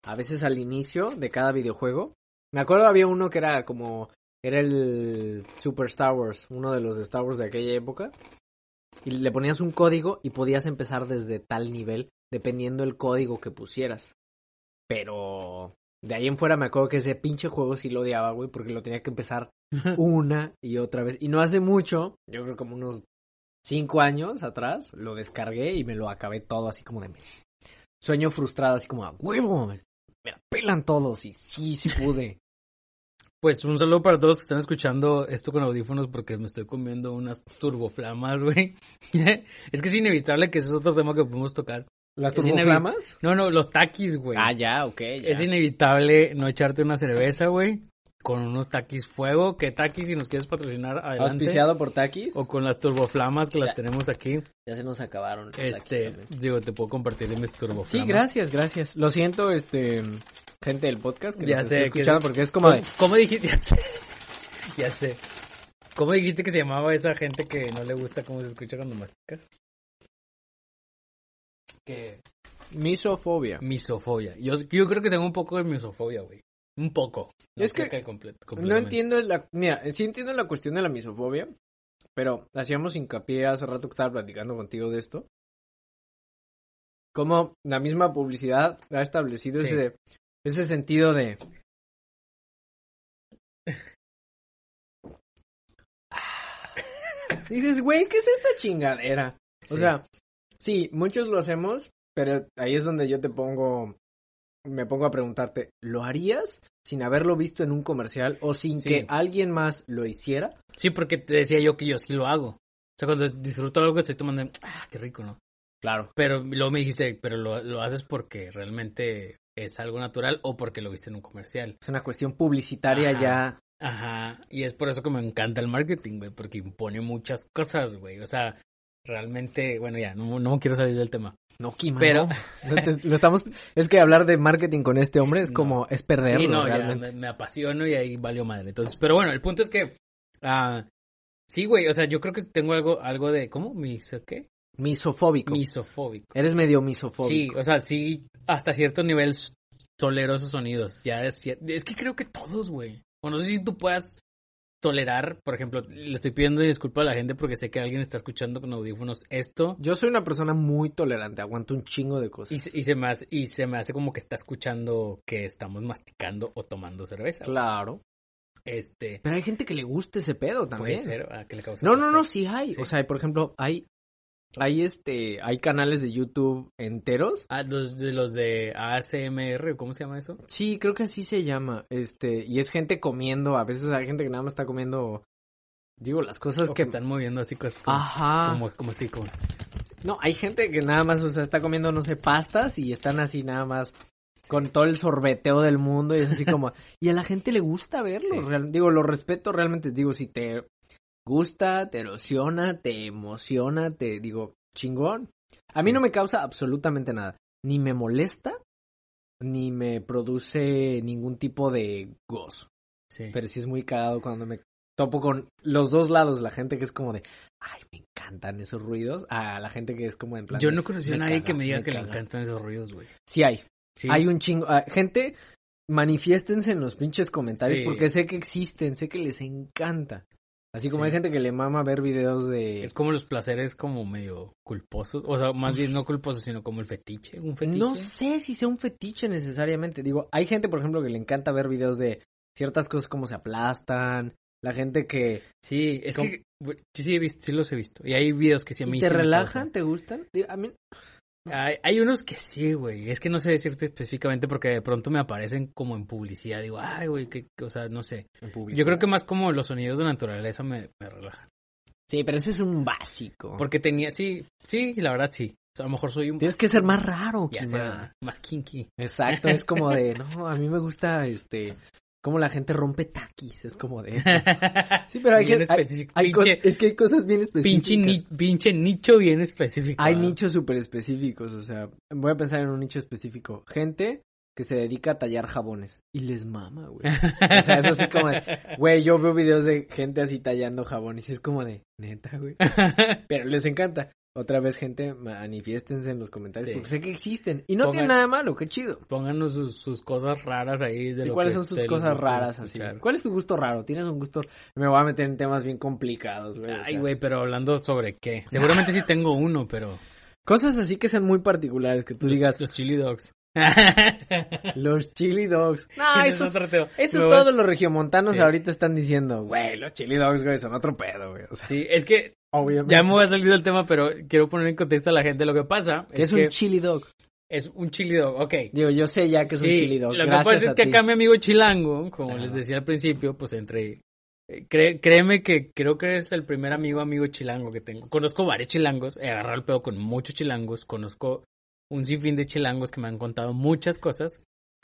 Speaker 1: A veces al inicio de cada videojuego. Me acuerdo había uno que era como... Era el Super Star Wars, uno de los de Star Wars de aquella época. Y le ponías un código y podías empezar desde tal nivel, dependiendo el código que pusieras. Pero de ahí en fuera me acuerdo que ese pinche juego sí lo odiaba, güey, porque lo tenía que empezar una y otra vez. Y no hace mucho, yo creo como unos cinco años atrás, lo descargué y me lo acabé todo así como de me- sueño frustrado, así como a huevo, me la pelan todos y sí, sí pude.
Speaker 2: Pues un saludo para todos los que están escuchando esto con audífonos porque me estoy comiendo unas turboflamas, güey. es que es inevitable que ese es otro tema que podemos tocar.
Speaker 1: ¿Las
Speaker 2: ¿Es
Speaker 1: turboflamas?
Speaker 2: No, no, los taquis, güey.
Speaker 1: Ah, ya, ok. ya.
Speaker 2: Es inevitable no echarte una cerveza, güey, con unos taquis fuego. ¿Qué taquis si nos quieres patrocinar adelante?
Speaker 1: Auspiciado por Takis.
Speaker 2: O con las turboflamas que las
Speaker 1: Ya.
Speaker 2: tenemos aquí.
Speaker 1: Ya se nos acabaron. los Takis
Speaker 2: Este,
Speaker 1: también.
Speaker 2: digo, te puedo compartir de mis turboflamas.
Speaker 1: Sí, gracias, gracias. Lo siento, este, gente del podcast que
Speaker 2: Ya
Speaker 1: nos
Speaker 2: sé,
Speaker 1: esté
Speaker 2: que-
Speaker 1: escuchando porque es como de...
Speaker 2: ¿Cómo, cómo dijiste? Ya sé. Ya sé. ¿Cómo dijiste que se llamaba esa gente que no le gusta cómo se escucha cuando masticas? Que
Speaker 1: Misofobia.
Speaker 2: misofobia. Yo, yo creo que tengo un poco de misofobia, güey. Un poco. No
Speaker 1: Es
Speaker 2: creo
Speaker 1: que
Speaker 2: comple-
Speaker 1: No
Speaker 2: completamente.
Speaker 1: entiendo la... Mira, eh, sí entiendo la cuestión de la misofobia, pero hacíamos hincapié hace rato que estaba platicando contigo de esto. Cómo la misma publicidad ha establecido
Speaker 2: Sí.
Speaker 1: ese, ese sentido de... Dices, güey, ¿qué es esta chingadera? O
Speaker 2: Sí.
Speaker 1: sea, sí, muchos lo hacemos, pero ahí es donde yo te pongo, me pongo a preguntarte, ¿lo harías sin haberlo visto en un comercial o sin
Speaker 2: Sí.
Speaker 1: que alguien más lo hiciera?
Speaker 2: Sí, porque te decía yo que yo sí lo hago. O sea, cuando disfruto algo que estoy tomando, ah, qué rico, ¿no?
Speaker 1: Claro.
Speaker 2: Pero luego me dijiste, pero lo, lo haces porque realmente es algo natural o porque lo viste en un comercial.
Speaker 1: Es una cuestión publicitaria
Speaker 2: Ajá.
Speaker 1: ya.
Speaker 2: Ajá, y es por eso que me encanta el marketing, güey, porque impone muchas cosas, güey. O sea, realmente, bueno, ya, no, no quiero salir del tema.
Speaker 1: No, Kima,
Speaker 2: Pero-
Speaker 1: no. No te- lo estamos... Es que hablar de marketing con este hombre es
Speaker 2: No.
Speaker 1: como... Es perderlo
Speaker 2: sí, no, ya,
Speaker 1: realmente.
Speaker 2: me, me apasiono y ahí valió madre. Entonces, pero bueno, el punto es que, ah, sí, güey, o sea, yo creo que tengo algo, algo de, ¿cómo? Mis, ¿qué?
Speaker 1: Misofóbico.
Speaker 2: Misofóbico.
Speaker 1: Eres medio misofóbico.
Speaker 2: Sí, o sea, sí, hasta cierto nivel s- tolero esos sonidos. Ya es, cier- es que creo que todos, güey. O no sé si tú puedas tolerar, por ejemplo, le estoy pidiendo disculpa a la gente porque sé que alguien está escuchando con audífonos esto
Speaker 1: Yo soy una persona muy tolerante, aguanto un chingo de
Speaker 2: y,
Speaker 1: cosas.
Speaker 2: se- y se me hace, y se me hace como que está escuchando que estamos masticando o tomando cerveza. güey.
Speaker 1: Claro.
Speaker 2: Este,
Speaker 1: Pero hay gente que le gusta ese pedo
Speaker 2: puede
Speaker 1: también.
Speaker 2: ser, ah, que le causa
Speaker 1: Pues, No, no,
Speaker 2: placer.
Speaker 1: no, sí hay.
Speaker 2: Sí.
Speaker 1: O sea, por ejemplo, hay, hay este, hay canales de YouTube enteros.
Speaker 2: Ah, los de, los de ASMR, ¿cómo se llama eso?
Speaker 1: Sí, creo que así se llama. Este, y es gente comiendo. A veces hay gente que nada más está comiendo, este, digo, las cosas
Speaker 2: O
Speaker 1: que. Ah.
Speaker 2: que están moviendo así cosas como,
Speaker 1: Ajá.
Speaker 2: como, como así, como...
Speaker 1: No, hay gente que nada más, o sea, está comiendo, no sé, pastas y están así nada más con todo el sorbeteo del mundo y es así como... y a la gente le gusta verlo,
Speaker 2: Sí.
Speaker 1: real- digo, lo respeto realmente, digo, si te gusta, te erosiona, te emociona, te digo, chingón. A mí
Speaker 2: Sí.
Speaker 1: no me causa absolutamente nada, ni me molesta, ni me produce ningún tipo de gozo.
Speaker 2: Sí.
Speaker 1: Pero sí es muy cagado cuando me topo con los dos lados, la gente que es como de, ay, me encantan esos ruidos, a la gente que es como en plan...
Speaker 2: Yo
Speaker 1: de,
Speaker 2: no conocí a
Speaker 1: "Me
Speaker 2: nadie
Speaker 1: caga,
Speaker 2: que me diga que le
Speaker 1: caga".
Speaker 2: encantan esos ruidos, güey.
Speaker 1: Sí hay,
Speaker 2: Sí.
Speaker 1: hay un chingo... ah, gente, manifiéstense en los pinches comentarios
Speaker 2: Sí.
Speaker 1: porque sé que existen, sé que les encanta. Así como
Speaker 2: Sí.
Speaker 1: hay gente que le mama ver videos de...
Speaker 2: Es como los placeres como medio culposos, o sea, más bien no culposos, sino como el fetiche, un fetiche.
Speaker 1: No sé si sea un fetiche necesariamente. Digo, hay gente, por ejemplo, que le encanta ver videos de ciertas cosas como se aplastan, la gente que...
Speaker 2: Sí, es
Speaker 1: Como-
Speaker 2: que güey, Sí, sí, he visto, sí los he visto. Y hay videos que sí a mí
Speaker 1: ¿Y
Speaker 2: sí
Speaker 1: ¿Te
Speaker 2: me
Speaker 1: relajan? ¿Te gustan? Digo, A mí...
Speaker 2: causan. Hay, hay unos que sí, güey. Es que no sé decirte específicamente porque de pronto me aparecen como en publicidad. Digo, ay, güey, que, o sea, no sé. Yo creo que más como los sonidos de la naturaleza me, me relajan.
Speaker 1: Sí, pero ese es un básico.
Speaker 2: Porque tenía, sí, sí, la verdad sí. O sea, a lo mejor soy un...
Speaker 1: Tienes que ser más raro,
Speaker 2: ya
Speaker 1: Kimara.
Speaker 2: sea, más kinky.
Speaker 1: Exacto, es como de, no, a mí me gusta, este, cómo la gente rompe taquis, es como de... Sí, pero hay
Speaker 2: Bien
Speaker 1: que... hay-
Speaker 2: específico.
Speaker 1: hay
Speaker 2: pinche,
Speaker 1: co- es que hay cosas bien específicas.
Speaker 2: pinche, ni- pinche nicho bien específico.
Speaker 1: Hay
Speaker 2: ¿ah?
Speaker 1: nichos súper específicos, o sea, voy a pensar en un nicho específico. Gente que se dedica a tallar jabones. Y les mama, güey. O sea, es así como de, güey, yo veo videos de gente así tallando jabones y es como de, neta, güey. Pero les encanta. Otra vez, gente, manifiéstense en los comentarios
Speaker 2: Sí.
Speaker 1: porque sé que existen. Y no
Speaker 2: Pongan-
Speaker 1: tiene nada de malo, qué chido.
Speaker 2: Pónganos sus, sus cosas raras ahí. De
Speaker 1: Sí,
Speaker 2: lo
Speaker 1: ¿Cuáles
Speaker 2: que
Speaker 1: son sus
Speaker 2: ustedes les
Speaker 1: cosas
Speaker 2: gusta
Speaker 1: raras así?
Speaker 2: escuchar.
Speaker 1: ¿Cuál es tu gusto raro? ¿Tienes un gusto? Me voy a meter en temas bien complicados, güey. o
Speaker 2: Ay,
Speaker 1: sea,
Speaker 2: güey, pero hablando sobre qué. Seguramente sí tengo uno, pero.
Speaker 1: Cosas así que sean muy particulares, que tú digas,
Speaker 2: Los, los chili dogs.
Speaker 1: los chili dogs. No,
Speaker 2: Ese es
Speaker 1: esos
Speaker 2: otro tema.
Speaker 1: Eso
Speaker 2: Me voy-
Speaker 1: todos los regiomontanos
Speaker 2: Sí.
Speaker 1: ahorita están diciendo, güey, los chili dogs, güey, son otro pedo, güey. O sea,
Speaker 2: Sí, es que
Speaker 1: obviamente.
Speaker 2: ya me voy a salir del tema, pero quiero poner en contexto a la gente lo que pasa.
Speaker 1: ¿Qué es,
Speaker 2: Es, que
Speaker 1: un chili dog?
Speaker 2: es un chili dog, ok.
Speaker 1: Digo, yo sé ya que es un
Speaker 2: Sí,
Speaker 1: chili dog.
Speaker 2: Lo que
Speaker 1: gracias
Speaker 2: pasa es
Speaker 1: a
Speaker 2: que
Speaker 1: ti.
Speaker 2: acá mi amigo Chilango, como
Speaker 1: Ajá.
Speaker 2: les decía al principio, pues entre... eh, cree- créeme que creo que es el primer amigo amigo chilango que tengo. Conozco varios chilangos, he agarrado el pedo con muchos chilangos, conozco un sinfín de chilangos que me han contado muchas cosas,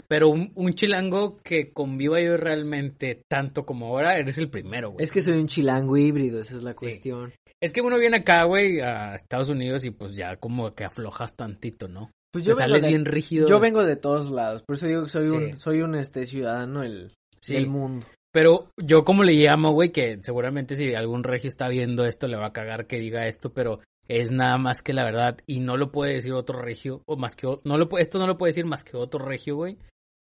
Speaker 2: pero un, un chilango que conviva yo realmente tanto como ahora, eres el primero, güey.
Speaker 1: Es que soy un chilango híbrido, esa es la cuestión.
Speaker 2: Es que uno viene acá, güey, a Estados Unidos y pues ya como que aflojas tantito, ¿no?
Speaker 1: Pues
Speaker 2: Te
Speaker 1: yo vengo,
Speaker 2: sales
Speaker 1: de,
Speaker 2: bien rígido.
Speaker 1: yo vengo de todos lados, por eso digo que soy
Speaker 2: Sí.
Speaker 1: un, soy un este ciudadano el,
Speaker 2: Sí.
Speaker 1: del mundo.
Speaker 2: Pero yo como le llamo, güey, que seguramente si algún regio está viendo esto le va a cagar que diga esto, pero es nada más que la verdad y no lo puede decir otro regio o más que o- no lo pu- esto no lo puede decir más que otro regio, güey,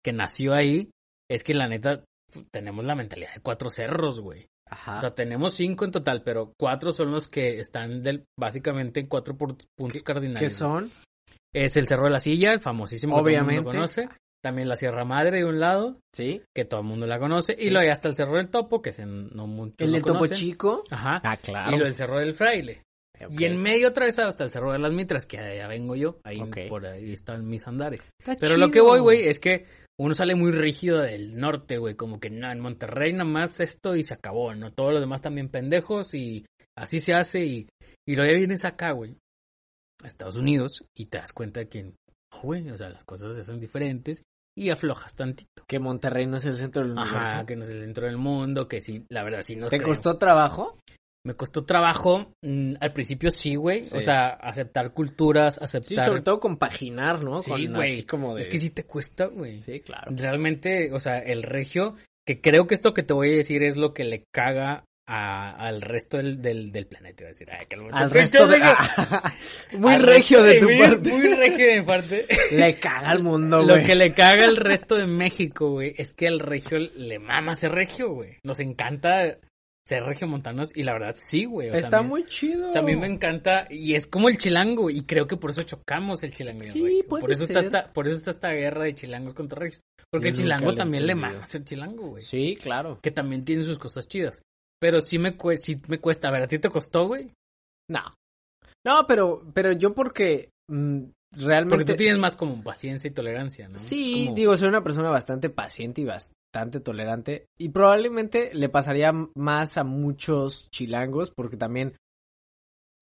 Speaker 2: que nació ahí, es que la neta fu- tenemos la mentalidad de cuatro cerros, güey.
Speaker 1: Ajá.
Speaker 2: O sea, tenemos cinco en total, pero cuatro son los que están del, básicamente en cuatro pu- puntos cardinales.
Speaker 1: que
Speaker 2: güey.
Speaker 1: son,
Speaker 2: Es el Cerro de la Silla, el famosísimo que todo el mundo
Speaker 1: Obviamente.
Speaker 2: conoce. También la Sierra Madre de un lado
Speaker 1: ¿sí?
Speaker 2: que todo el mundo la conoce.
Speaker 1: Sí.
Speaker 2: Y luego ya está el Cerro del Topo, que se no mucho
Speaker 1: El
Speaker 2: lo
Speaker 1: del Topo
Speaker 2: conocen.
Speaker 1: Chico.
Speaker 2: Ajá.
Speaker 1: Ah, claro.
Speaker 2: Y lo del Cerro del Fraile. Y en medio atravesado está el Cerro de las Mitras, que allá vengo yo. Ahí
Speaker 1: Ok.
Speaker 2: por ahí están mis andares. Pero lo que voy, güey, es que uno sale muy rígido del norte, güey. Como que no, en Monterrey nada más esto y se acabó, ¿no? Todos los demás también pendejos y así se hace. Y, y luego ya vienes acá, güey, a Estados Unidos y te das cuenta de que, no, güey, o sea, las cosas se hacen diferentes y aflojas tantito.
Speaker 1: Que Monterrey no es el centro del universo.
Speaker 2: Ajá, que no es el centro del mundo, que sí, la verdad sí nos
Speaker 1: ¿Te
Speaker 2: creemos.
Speaker 1: costó trabajo?
Speaker 2: Me costó trabajo, mm, al principio sí, güey,
Speaker 1: Sí.
Speaker 2: o sea, aceptar culturas,
Speaker 1: Sí,
Speaker 2: aceptar...
Speaker 1: sobre todo compaginar, ¿no?
Speaker 2: Sí,
Speaker 1: Con
Speaker 2: güey.
Speaker 1: así como de...
Speaker 2: Es que sí te cuesta, güey.
Speaker 1: Sí, claro.
Speaker 2: Realmente, o sea, el regio, que creo que esto que te voy a decir es lo que le caga a- al resto del, del, del planeta, iba a decir, ay, que el-
Speaker 1: Al resto de... Muy
Speaker 2: al
Speaker 1: regio
Speaker 2: resto
Speaker 1: de tu
Speaker 2: mí,
Speaker 1: parte.
Speaker 2: Muy regio de mi parte.
Speaker 1: Le caga al mundo,
Speaker 2: Lo
Speaker 1: güey.
Speaker 2: que le caga al resto de México, güey, es que al regio le mama ser regio, güey. Nos encanta ser regio montanos y la verdad sí, güey. O sea,
Speaker 1: Está
Speaker 2: a mí-
Speaker 1: muy chido.
Speaker 2: O sea, a mí me encanta y es como el chilango y creo que por eso chocamos el chilango. y el
Speaker 1: Sí,
Speaker 2: regio.
Speaker 1: puede
Speaker 2: por eso
Speaker 1: ser.
Speaker 2: Está esta, por eso está esta guerra de chilangos contra regios.
Speaker 1: Yo
Speaker 2: Porque el
Speaker 1: nunca
Speaker 2: chilango
Speaker 1: lo he
Speaker 2: también le
Speaker 1: entendido.
Speaker 2: mama ser chilango, güey.
Speaker 1: Sí, claro.
Speaker 2: Que también tiene sus cosas chidas. Pero sí me, cue- sí me cuesta. A ver, ¿a ti te costó, güey?
Speaker 1: No. No, pero, pero yo porque mm, realmente...
Speaker 2: Porque tú tienes más como paciencia y tolerancia, ¿no?
Speaker 1: Sí,
Speaker 2: Es como-
Speaker 1: digo, soy una persona bastante paciente y bastante tolerante. Y probablemente le pasaría m- más a muchos chilangos, porque también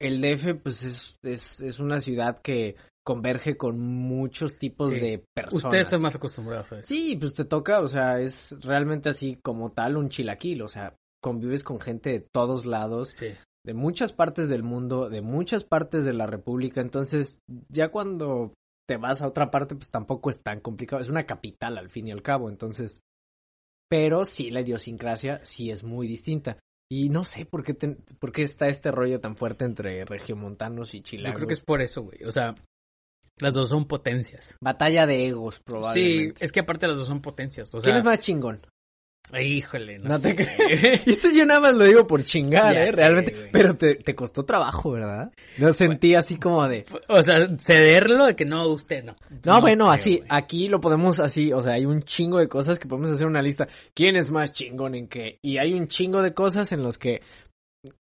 Speaker 1: el DF, pues, es, es, es una ciudad que converge con muchos tipos
Speaker 2: Sí.
Speaker 1: de personas.
Speaker 2: Ustedes están más acostumbrados a eso.
Speaker 1: Sí, pues te toca, o sea, es realmente así como tal un chilaquil, o sea, convives con gente de todos lados,
Speaker 2: Sí.
Speaker 1: de muchas partes del mundo, de muchas partes de la República, entonces ya cuando te vas a otra parte, pues tampoco es tan complicado, es una capital al fin y al cabo, entonces, pero sí la idiosincrasia sí es muy distinta. Y no sé por qué, ten- por qué está este rollo tan fuerte entre regiomontanos y
Speaker 2: Yo
Speaker 1: chilangos.
Speaker 2: creo que es por eso, güey. O sea, las dos son potencias.
Speaker 1: Batalla de egos,
Speaker 2: Sí,
Speaker 1: probablemente.
Speaker 2: es que aparte las dos son potencias. O sea,
Speaker 1: ¿Quién es más chingón?
Speaker 2: Ay, híjole, no,
Speaker 1: No
Speaker 2: sé,
Speaker 1: te
Speaker 2: güey.
Speaker 1: Y esto yo nada más lo digo por chingar,
Speaker 2: Ya
Speaker 1: ¿eh?
Speaker 2: sé,
Speaker 1: Realmente.
Speaker 2: güey.
Speaker 1: Pero te, te costó trabajo, ¿verdad? Lo sentí así como de...
Speaker 2: O sea, cederlo de que no, usted no.
Speaker 1: No, bueno,
Speaker 2: creo,
Speaker 1: así,
Speaker 2: güey.
Speaker 1: aquí lo podemos así, o sea, hay un chingo de cosas que podemos hacer una lista. ¿Quién es más chingón en qué? Y hay un chingo de cosas en los que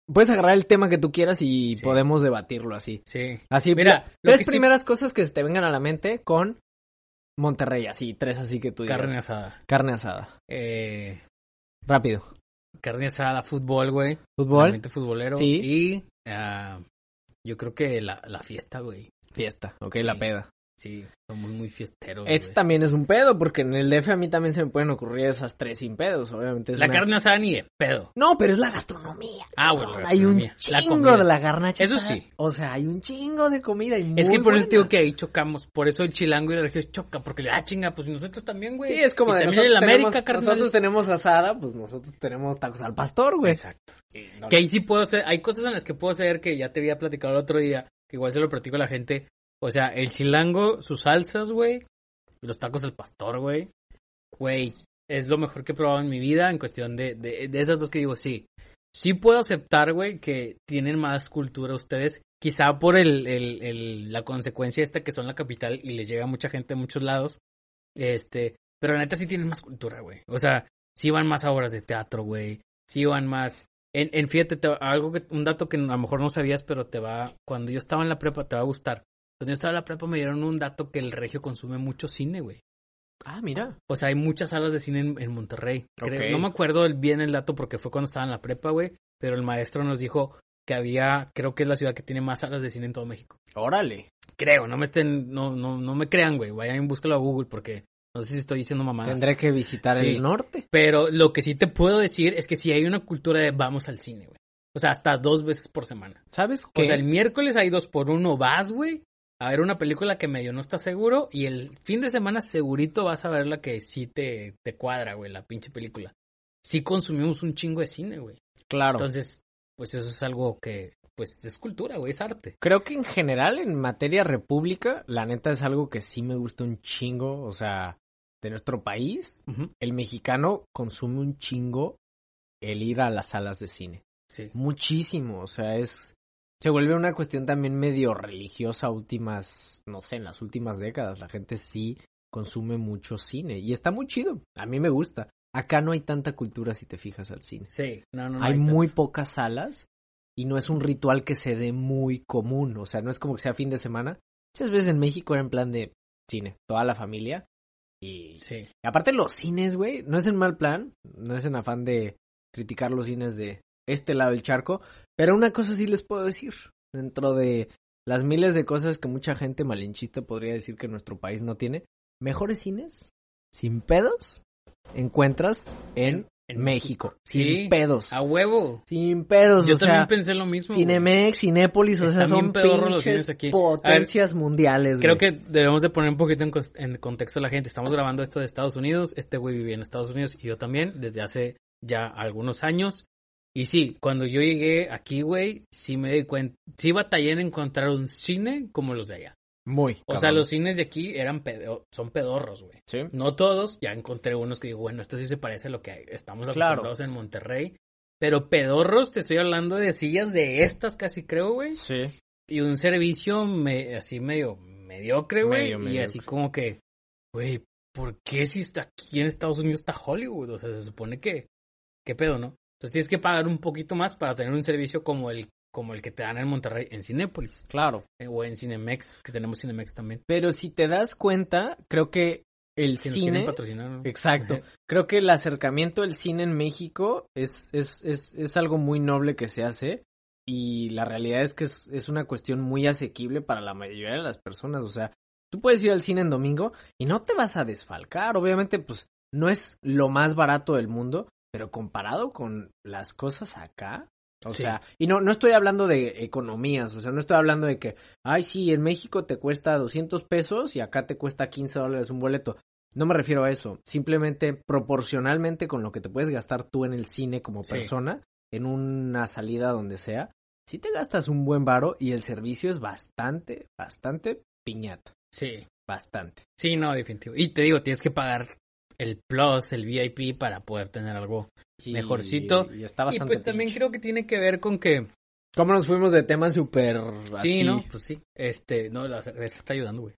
Speaker 1: puedes agarrar el tema que tú quieras y
Speaker 2: Sí.
Speaker 1: podemos debatirlo así.
Speaker 2: Sí.
Speaker 1: Así,
Speaker 2: Mira,
Speaker 1: mira,
Speaker 2: lo que
Speaker 1: tres
Speaker 2: sí-
Speaker 1: primeras cosas que te vengan a la mente con Monterrey, así, tres así que tú digas.
Speaker 2: Carne asada.
Speaker 1: Carne asada.
Speaker 2: Eh,
Speaker 1: Rápido.
Speaker 2: carne asada, fútbol, güey.
Speaker 1: Fútbol,
Speaker 2: Ambiente futbolero.
Speaker 1: Sí.
Speaker 2: Y ah, yo creo que la, la fiesta, güey.
Speaker 1: fiesta, ok, la
Speaker 2: Sí.
Speaker 1: peda.
Speaker 2: Sí, somos muy fiesteros. güey.
Speaker 1: Este también es un pedo, porque en el DF a mí también se me pueden ocurrir esas tres sin pedos, obviamente. es
Speaker 2: La
Speaker 1: una-
Speaker 2: carne asada ni de pedo.
Speaker 1: No, pero es la gastronomía.
Speaker 2: Ah, bueno, la
Speaker 1: hay un
Speaker 2: gastronomía, la
Speaker 1: chingo
Speaker 2: comida.
Speaker 1: de la garnacha.
Speaker 2: Eso
Speaker 1: está-
Speaker 2: sí.
Speaker 1: O sea, hay un chingo de comida y
Speaker 2: es que
Speaker 1: muy
Speaker 2: por eso
Speaker 1: buena.
Speaker 2: te digo que ahí chocamos. Por eso el chilango y la región choca. Porque, ah, chinga, pues nosotros también, güey.
Speaker 1: Sí, es como
Speaker 2: Y
Speaker 1: de
Speaker 2: también
Speaker 1: nosotros,
Speaker 2: el América,
Speaker 1: tenemos,
Speaker 2: carnal.
Speaker 1: nosotros tenemos asada, pues nosotros tenemos tacos al pastor, güey.
Speaker 2: Exacto. Que ahí sí puedo hacer, hay cosas en las que puedo hacer que ya te había platicado el otro día, que igual se lo platico a la gente. O sea, el chilango, sus salsas, güey, los tacos del pastor, güey. Güey, es lo mejor que he probado en mi vida en cuestión de, de, de esas dos que digo, sí. Sí puedo aceptar, güey, que tienen más cultura ustedes, quizá por el, el, el- la consecuencia esta que son la capital y les llega mucha gente de muchos lados. Este, pero la neta sí tienen más cultura, güey. O sea, sí van más a obras de teatro, güey. Sí van más. En, en fíjate, te- algo que, un dato que a lo mejor no sabías, pero te va. Cuando yo estaba en la prepa, te va a gustar. Cuando yo estaba en la prepa, me dieron un dato que el regio consume mucho cine, güey.
Speaker 1: Ah, mira.
Speaker 2: O sea, hay muchas salas de cine en, en Monterrey. Creo-
Speaker 1: Ok.
Speaker 2: No me acuerdo el- bien el dato porque fue cuando estaba en la prepa, güey. Pero el maestro nos dijo que había, creo que es la ciudad que tiene más salas de cine en todo México.
Speaker 1: Órale.
Speaker 2: Creo, no me estén, no, no, no me crean, güey. Vayan y búscalo a Google porque no sé si estoy diciendo mamadas.
Speaker 1: Tendré que visitar
Speaker 2: Sí.
Speaker 1: el norte.
Speaker 2: Pero lo que sí te puedo decir es que si hay una cultura de vamos al cine, güey. O sea, hasta dos veces por semana.
Speaker 1: ¿Sabes qué?
Speaker 2: O sea, el miércoles hay dos por uno, vas, güey, a ver una película que medio no estás seguro. Y el fin de semana segurito vas a ver la que sí te, te cuadra, güey, la pinche película. Sí consumimos un chingo de cine, güey.
Speaker 1: Claro.
Speaker 2: Entonces, pues eso es algo que, pues es cultura, güey, es arte.
Speaker 1: Creo que en general, en materia república, la neta es algo que sí me gusta un chingo, o sea, de nuestro país, el mexicano consume un chingo el ir a las salas de cine.
Speaker 2: Sí.
Speaker 1: Muchísimo, o sea, es... Se vuelve una cuestión también medio religiosa últimas, no sé, en las últimas décadas. La gente sí consume mucho cine y está muy chido. A mí me gusta. Acá no hay tanta cultura si te fijas al cine
Speaker 2: Sí, no, no, no.
Speaker 1: hay
Speaker 2: ahí te-
Speaker 1: muy pocas salas y no es un ritual que se dé muy común. O sea, no es como que sea fin de semana. Muchas veces en México era en plan de cine, toda la familia. Y
Speaker 2: Sí.
Speaker 1: aparte los cines, güey, no es en mal plan, no es en afán de criticar los cines de este lado del charco, pero una cosa sí les puedo decir, dentro de las miles de cosas que mucha gente malinchista podría decir que nuestro país no tiene, mejores cines, sin pedos, encuentras en,
Speaker 2: en
Speaker 1: México,
Speaker 2: Sí.
Speaker 1: sin pedos.
Speaker 2: A huevo.
Speaker 1: Sin pedos,
Speaker 2: Yo
Speaker 1: o
Speaker 2: también
Speaker 1: sea,
Speaker 2: pensé lo mismo. güey.
Speaker 1: Cinemex, Cinépolis, o sea,
Speaker 2: Están bien
Speaker 1: son
Speaker 2: pedorros los
Speaker 1: pinches
Speaker 2: cines aquí. A ver,
Speaker 1: potencias mundiales,
Speaker 2: Creo
Speaker 1: Pues güey.
Speaker 2: que debemos de poner un poquito en, cos- en contexto a la gente. Estamos grabando esto de Estados Unidos. Este güey vivía en Estados Unidos y yo también desde hace ya algunos años. Y sí, cuando yo llegué aquí, güey, sí me di cuenta, sí batallé en encontrar un cine como los de allá.
Speaker 1: Muy.
Speaker 2: O sea, los cines de aquí eran pedo- son pedorros, güey.
Speaker 1: Sí.
Speaker 2: No todos, ya encontré unos que digo, bueno, esto sí se parece a lo que estamos
Speaker 1: Claro.
Speaker 2: acostumbrados en Monterrey. Pero pedorros, te estoy hablando de sillas de estas casi creo, güey
Speaker 1: Sí.
Speaker 2: y un servicio me, así medio mediocre, güey.
Speaker 1: Medio
Speaker 2: Y
Speaker 1: mediocre.
Speaker 2: así como que, güey, ¿por qué si está aquí en Estados Unidos está Hollywood? O sea, se supone que, ¿qué pedo, no? Entonces tienes que pagar un poquito más para tener un servicio como el, como el que te dan en Monterrey, en Cinépolis,
Speaker 1: Claro.
Speaker 2: eh, o en Cinemex, que tenemos Cinemex también.
Speaker 1: Pero si te das cuenta, creo que el
Speaker 2: Si nos quieren
Speaker 1: cine...
Speaker 2: patrocinar, ¿no?
Speaker 1: Exacto. Creo que el acercamiento del cine en México es, es, es, es algo muy noble que se hace y la realidad es que es, es una cuestión muy asequible para la mayoría de las personas. O sea, tú puedes ir al cine en domingo y no te vas a desfalcar. Obviamente, pues no es lo más barato del mundo, pero comparado con las cosas acá. O
Speaker 2: Sí.
Speaker 1: sea, y no, no estoy hablando de economías, o sea, no estoy hablando de que, ay, sí, en México te cuesta 200 pesos y acá te cuesta 15 dólares un boleto. No me refiero a eso. Simplemente proporcionalmente con lo que te puedes gastar tú en el cine como
Speaker 2: Sí.
Speaker 1: persona, en una salida donde sea, si te gastas un buen varo y el servicio es bastante, bastante piñata.
Speaker 2: Sí,
Speaker 1: Bastante.
Speaker 2: sí, no, definitivo. Y te digo, tienes que pagar el plus, el VIP, para poder tener algo.
Speaker 1: Y-
Speaker 2: Mejorcito.
Speaker 1: Y está
Speaker 2: Y
Speaker 1: bastante.
Speaker 2: pues también
Speaker 1: pinche.
Speaker 2: creo que tiene que ver con que
Speaker 1: ¿Cómo nos fuimos de temas súper
Speaker 2: Sí,
Speaker 1: así?
Speaker 2: ¿no? Pues sí. Este, no, la cerveza está ayudando, güey.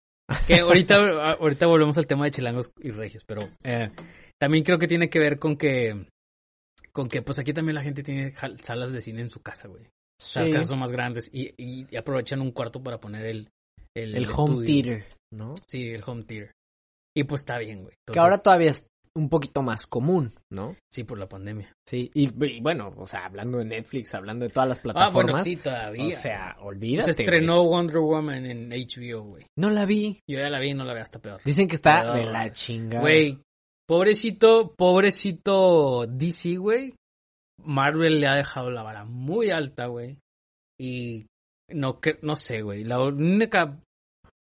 Speaker 2: Que ahorita, a- ahorita volvemos al tema de chilangos y regios, pero eh, también creo que tiene que ver con que Con que, pues aquí también la gente tiene jal- salas de cine en su casa, güey. O sea,
Speaker 1: Sí,
Speaker 2: Las casas son más grandes y, y- y aprovechan un cuarto para poner el... El,
Speaker 1: el home
Speaker 2: estudio.
Speaker 1: theater, ¿no?
Speaker 2: Sí, el home theater. Y pues está bien, güey.
Speaker 1: Que
Speaker 2: Entonces,
Speaker 1: ahora todavía es un poquito más común, ¿no?
Speaker 2: Sí, por la pandemia.
Speaker 1: Sí, y, y bueno, o sea, hablando de Netflix, hablando de todas las
Speaker 2: Ah,
Speaker 1: plataformas.
Speaker 2: bueno, sí,
Speaker 1: O
Speaker 2: todavía.
Speaker 1: sea,
Speaker 2: se
Speaker 1: olvídate. güey.
Speaker 2: estrenó Wonder Woman en HBO, güey.
Speaker 1: No la vi.
Speaker 2: Yo ya la vi y no la veo hasta peor.
Speaker 1: Dicen que está
Speaker 2: Pero-
Speaker 1: de la chingada.
Speaker 2: Güey, pobrecito, pobrecito DC, güey. Marvel le ha dejado la vara muy alta, güey. Y no, cre- no sé, güey. La única,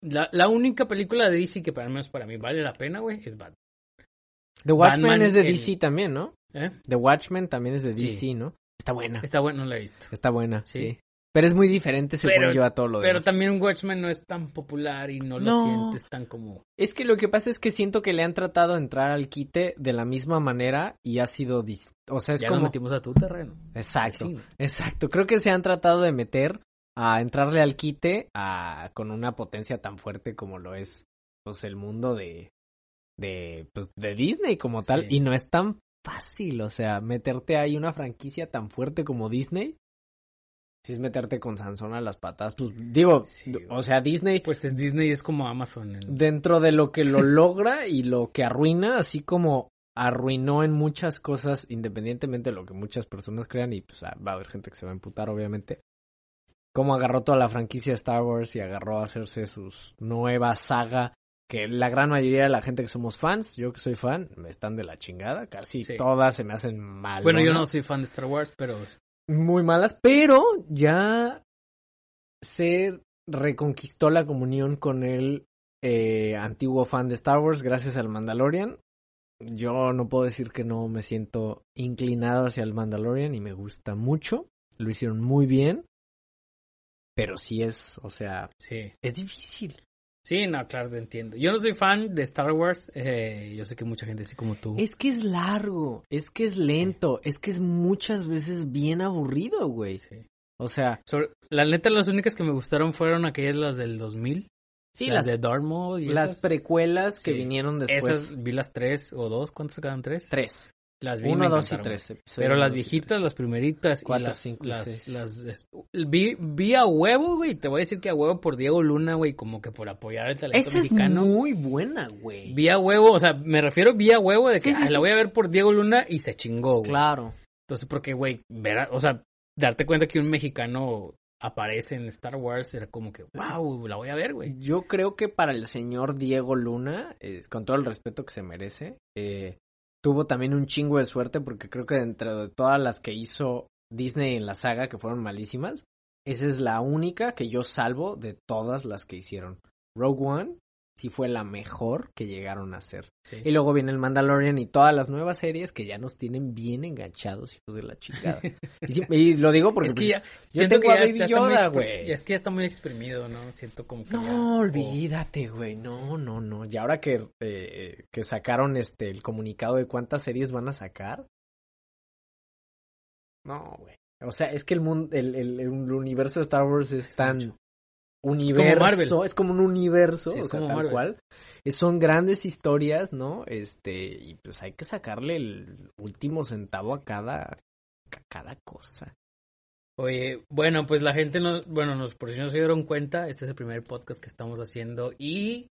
Speaker 2: la, la única película de DC que para, al menos para mí vale la pena, güey, es Batman.
Speaker 1: The Watchmen
Speaker 2: Batman
Speaker 1: es de
Speaker 2: en-
Speaker 1: DC también, ¿no?
Speaker 2: ¿Eh?
Speaker 1: The Watchmen también es de
Speaker 2: Sí.
Speaker 1: DC, ¿no? Está buena.
Speaker 2: Está bueno, no la he visto.
Speaker 1: Está buena, sí.
Speaker 2: Sí.
Speaker 1: Pero es muy diferente según
Speaker 2: Pero-
Speaker 1: yo a todo lo
Speaker 2: Pero
Speaker 1: demás.
Speaker 2: también Watchmen no es tan popular y no lo
Speaker 1: No.
Speaker 2: sientes tan como...
Speaker 1: Es que lo que pasa es que siento que le han tratado de entrar al quite de la misma manera y ha sido... dis- O sea, es
Speaker 2: ya nos
Speaker 1: como...
Speaker 2: metimos a tu terreno.
Speaker 1: Exacto,
Speaker 2: Sí.
Speaker 1: exacto. Creo que se han tratado de meter a entrarle al quite a... con una potencia tan fuerte como lo es pues el mundo de... de, pues, de Disney como tal.
Speaker 2: Sí.
Speaker 1: Y no es tan fácil, o sea, meterte ahí una franquicia tan fuerte como Disney. Si es meterte con Sansón a las patas, pues digo,
Speaker 2: Sí,
Speaker 1: o sea, Disney
Speaker 2: Pues es Disney, es como Amazon. en-
Speaker 1: dentro de lo que lo logra y lo que arruina, así como arruinó en muchas cosas, independientemente de lo que muchas personas crean, y pues ah, va a haber gente que se va a emputar, obviamente. Como agarró toda la franquicia de Star Wars y agarró a hacerse sus nueva saga, que la gran mayoría de la gente que somos fans, yo que soy fan, me están de la chingada, casi
Speaker 2: Sí.
Speaker 1: todas se me hacen mal.
Speaker 2: Bueno, yo no soy fan de Star Wars, pero
Speaker 1: Muy malas, pero ya se reconquistó la comunión con el eh, antiguo fan de Star Wars gracias al Mandalorian. Yo no puedo decir que no me siento inclinado hacia el Mandalorian y me gusta mucho. Lo hicieron muy bien. Pero sí es, o sea,
Speaker 2: sí.
Speaker 1: es difícil.
Speaker 2: Sí, no, claro, te entiendo. Yo no soy fan de Star Wars. eh, yo sé que mucha gente así como tú.
Speaker 1: Es que es largo, es que es lento, es que es muchas veces bien aburrido, güey.
Speaker 2: Sí.
Speaker 1: O sea,
Speaker 2: Sobre- la neta, las únicas que me gustaron fueron aquellas las del 2000.
Speaker 1: sí, las,
Speaker 2: las, de Dartmouth y
Speaker 1: las
Speaker 2: esas.
Speaker 1: precuelas que
Speaker 2: Sí.
Speaker 1: vinieron después.
Speaker 2: Esas vi las tres o dos. ¿Cuántas quedan? ¿Tres?
Speaker 1: Tres.
Speaker 2: Las vi y
Speaker 1: Uno,
Speaker 2: me
Speaker 1: dos y
Speaker 2: encantaron.
Speaker 1: tres. episodios
Speaker 2: Pero las
Speaker 1: uno, dos y
Speaker 2: viejitas, las primeritas. y
Speaker 1: Cuatro,
Speaker 2: las,
Speaker 1: cinco y
Speaker 2: las-
Speaker 1: seis.
Speaker 2: las- es- vi, vi a huevo, güey. Te voy a decir que a huevo por Diego Luna, güey. Como que por apoyar el
Speaker 1: tres.
Speaker 2: talento
Speaker 1: Esa es
Speaker 2: mexicano.
Speaker 1: muy buena, güey.
Speaker 2: Vía huevo, o sea, me refiero vía huevo de que
Speaker 1: Sí, sí,
Speaker 2: "Ay,
Speaker 1: sí.
Speaker 2: la voy a ver por Diego Luna y se chingó, güey.
Speaker 1: Claro.
Speaker 2: Entonces, porque, güey, ver, a- o sea, darte cuenta que un mexicano aparece en Star Wars era como que, wow, la voy a ver, güey.
Speaker 1: Yo creo que para el señor Diego Luna, eh, con todo el respeto que se merece, eh, tuvo también un chingo de suerte porque creo que dentro de todas las que hizo Disney en la saga, que fueron malísimas, esa es la única que yo salvo de todas las que hicieron. Rogue One sí fue la mejor que llegaron a hacer.
Speaker 2: Sí.
Speaker 1: Y luego viene el Mandalorian y todas las nuevas series que ya nos tienen bien enganchados, hijos de la chingada. Y, sí- y lo digo porque...
Speaker 2: es que
Speaker 1: pues,
Speaker 2: ya, siento que
Speaker 1: tengo a
Speaker 2: ya,
Speaker 1: Baby
Speaker 2: ya está muy
Speaker 1: Yoda,
Speaker 2: exper-
Speaker 1: güey.
Speaker 2: Es que ya está muy exprimido, ¿no? Siento como que ya- oh,
Speaker 1: No,
Speaker 2: o-
Speaker 1: olvídate, güey. No, no, no. Y ahora que, eh, que sacaron este el comunicado de cuántas series van a sacar. No, güey. O sea, es que el mundo, el, el- el universo de Star Wars es tan
Speaker 2: mucho.
Speaker 1: universo.
Speaker 2: Marvel.
Speaker 1: Es como un universo,
Speaker 2: Sí, es
Speaker 1: o sea,
Speaker 2: como
Speaker 1: tal
Speaker 2: Marvel.
Speaker 1: cual. Eh, Son grandes historias, ¿no? Este, y pues hay que sacarle el último centavo a cada, a cada cosa.
Speaker 2: Oye, bueno, pues la gente, no, bueno, nos, por si no se dieron cuenta, este es el primer podcast que estamos haciendo y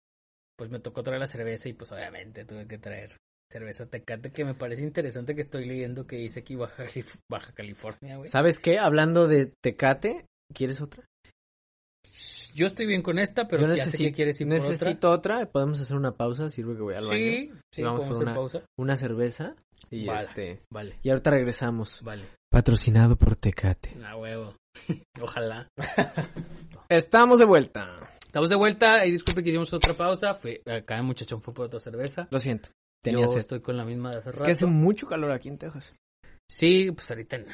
Speaker 2: pues me tocó traer la cerveza y pues obviamente tuve que traer cerveza Tecate, que me parece interesante que estoy leyendo que dice aquí Baja, Calif- Baja California, güey.
Speaker 1: ¿Sabes qué? Hablando de Tecate, ¿quieres otra?
Speaker 2: Yo estoy bien con esta, pero
Speaker 1: Yo
Speaker 2: ya sé que quieres ir por
Speaker 1: necesito otra. Podemos hacer una pausa, sirve que voy al
Speaker 2: otra.
Speaker 1: baño.
Speaker 2: Sí, sí,
Speaker 1: Vamos
Speaker 2: vamos
Speaker 1: por
Speaker 2: a hacer
Speaker 1: una-
Speaker 2: pausa.
Speaker 1: Una cerveza y
Speaker 2: Vale.
Speaker 1: este
Speaker 2: Vale,
Speaker 1: y ahorita regresamos.
Speaker 2: vale.
Speaker 1: Patrocinado por Tecate.
Speaker 2: A huevo. Ojalá.
Speaker 1: Estamos de vuelta.
Speaker 2: Estamos de vuelta y disculpe que hicimos otra pausa. Fue, acá el muchachón fue por otra cerveza.
Speaker 1: Lo siento.
Speaker 2: Yo
Speaker 1: Tenía sed.
Speaker 2: estoy con la misma de hace
Speaker 1: Es
Speaker 2: rato.
Speaker 1: que hace mucho calor aquí en Texas.
Speaker 2: Sí, pues ahorita no.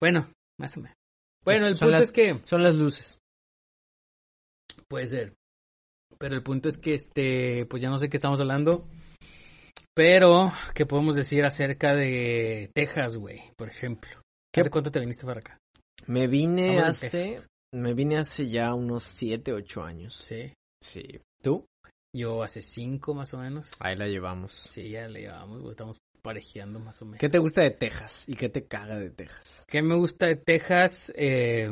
Speaker 2: Bueno, más o menos. Bueno, el
Speaker 1: Son
Speaker 2: punto
Speaker 1: las-
Speaker 2: es que
Speaker 1: Son las luces.
Speaker 2: puede ser. Pero el punto es que este, pues ya no sé qué estamos hablando. Pero, ¿qué podemos decir acerca de Texas, güey? Por ejemplo.
Speaker 1: ¿Qué-
Speaker 2: ¿Hace cuánto te viniste para acá?
Speaker 1: Me vine
Speaker 2: Vamos de
Speaker 1: hace me vine hace ya unos 7, 8 años.
Speaker 2: Sí.
Speaker 1: Sí. ¿Tú?
Speaker 2: Yo hace cinco más o menos.
Speaker 1: Ahí la llevamos.
Speaker 2: Sí, ya le llevamos, güey. Estamos parejeando más o menos.
Speaker 1: ¿Qué te gusta de Texas y qué te caga de Texas?
Speaker 2: ¿Qué me gusta de Texas? Eh,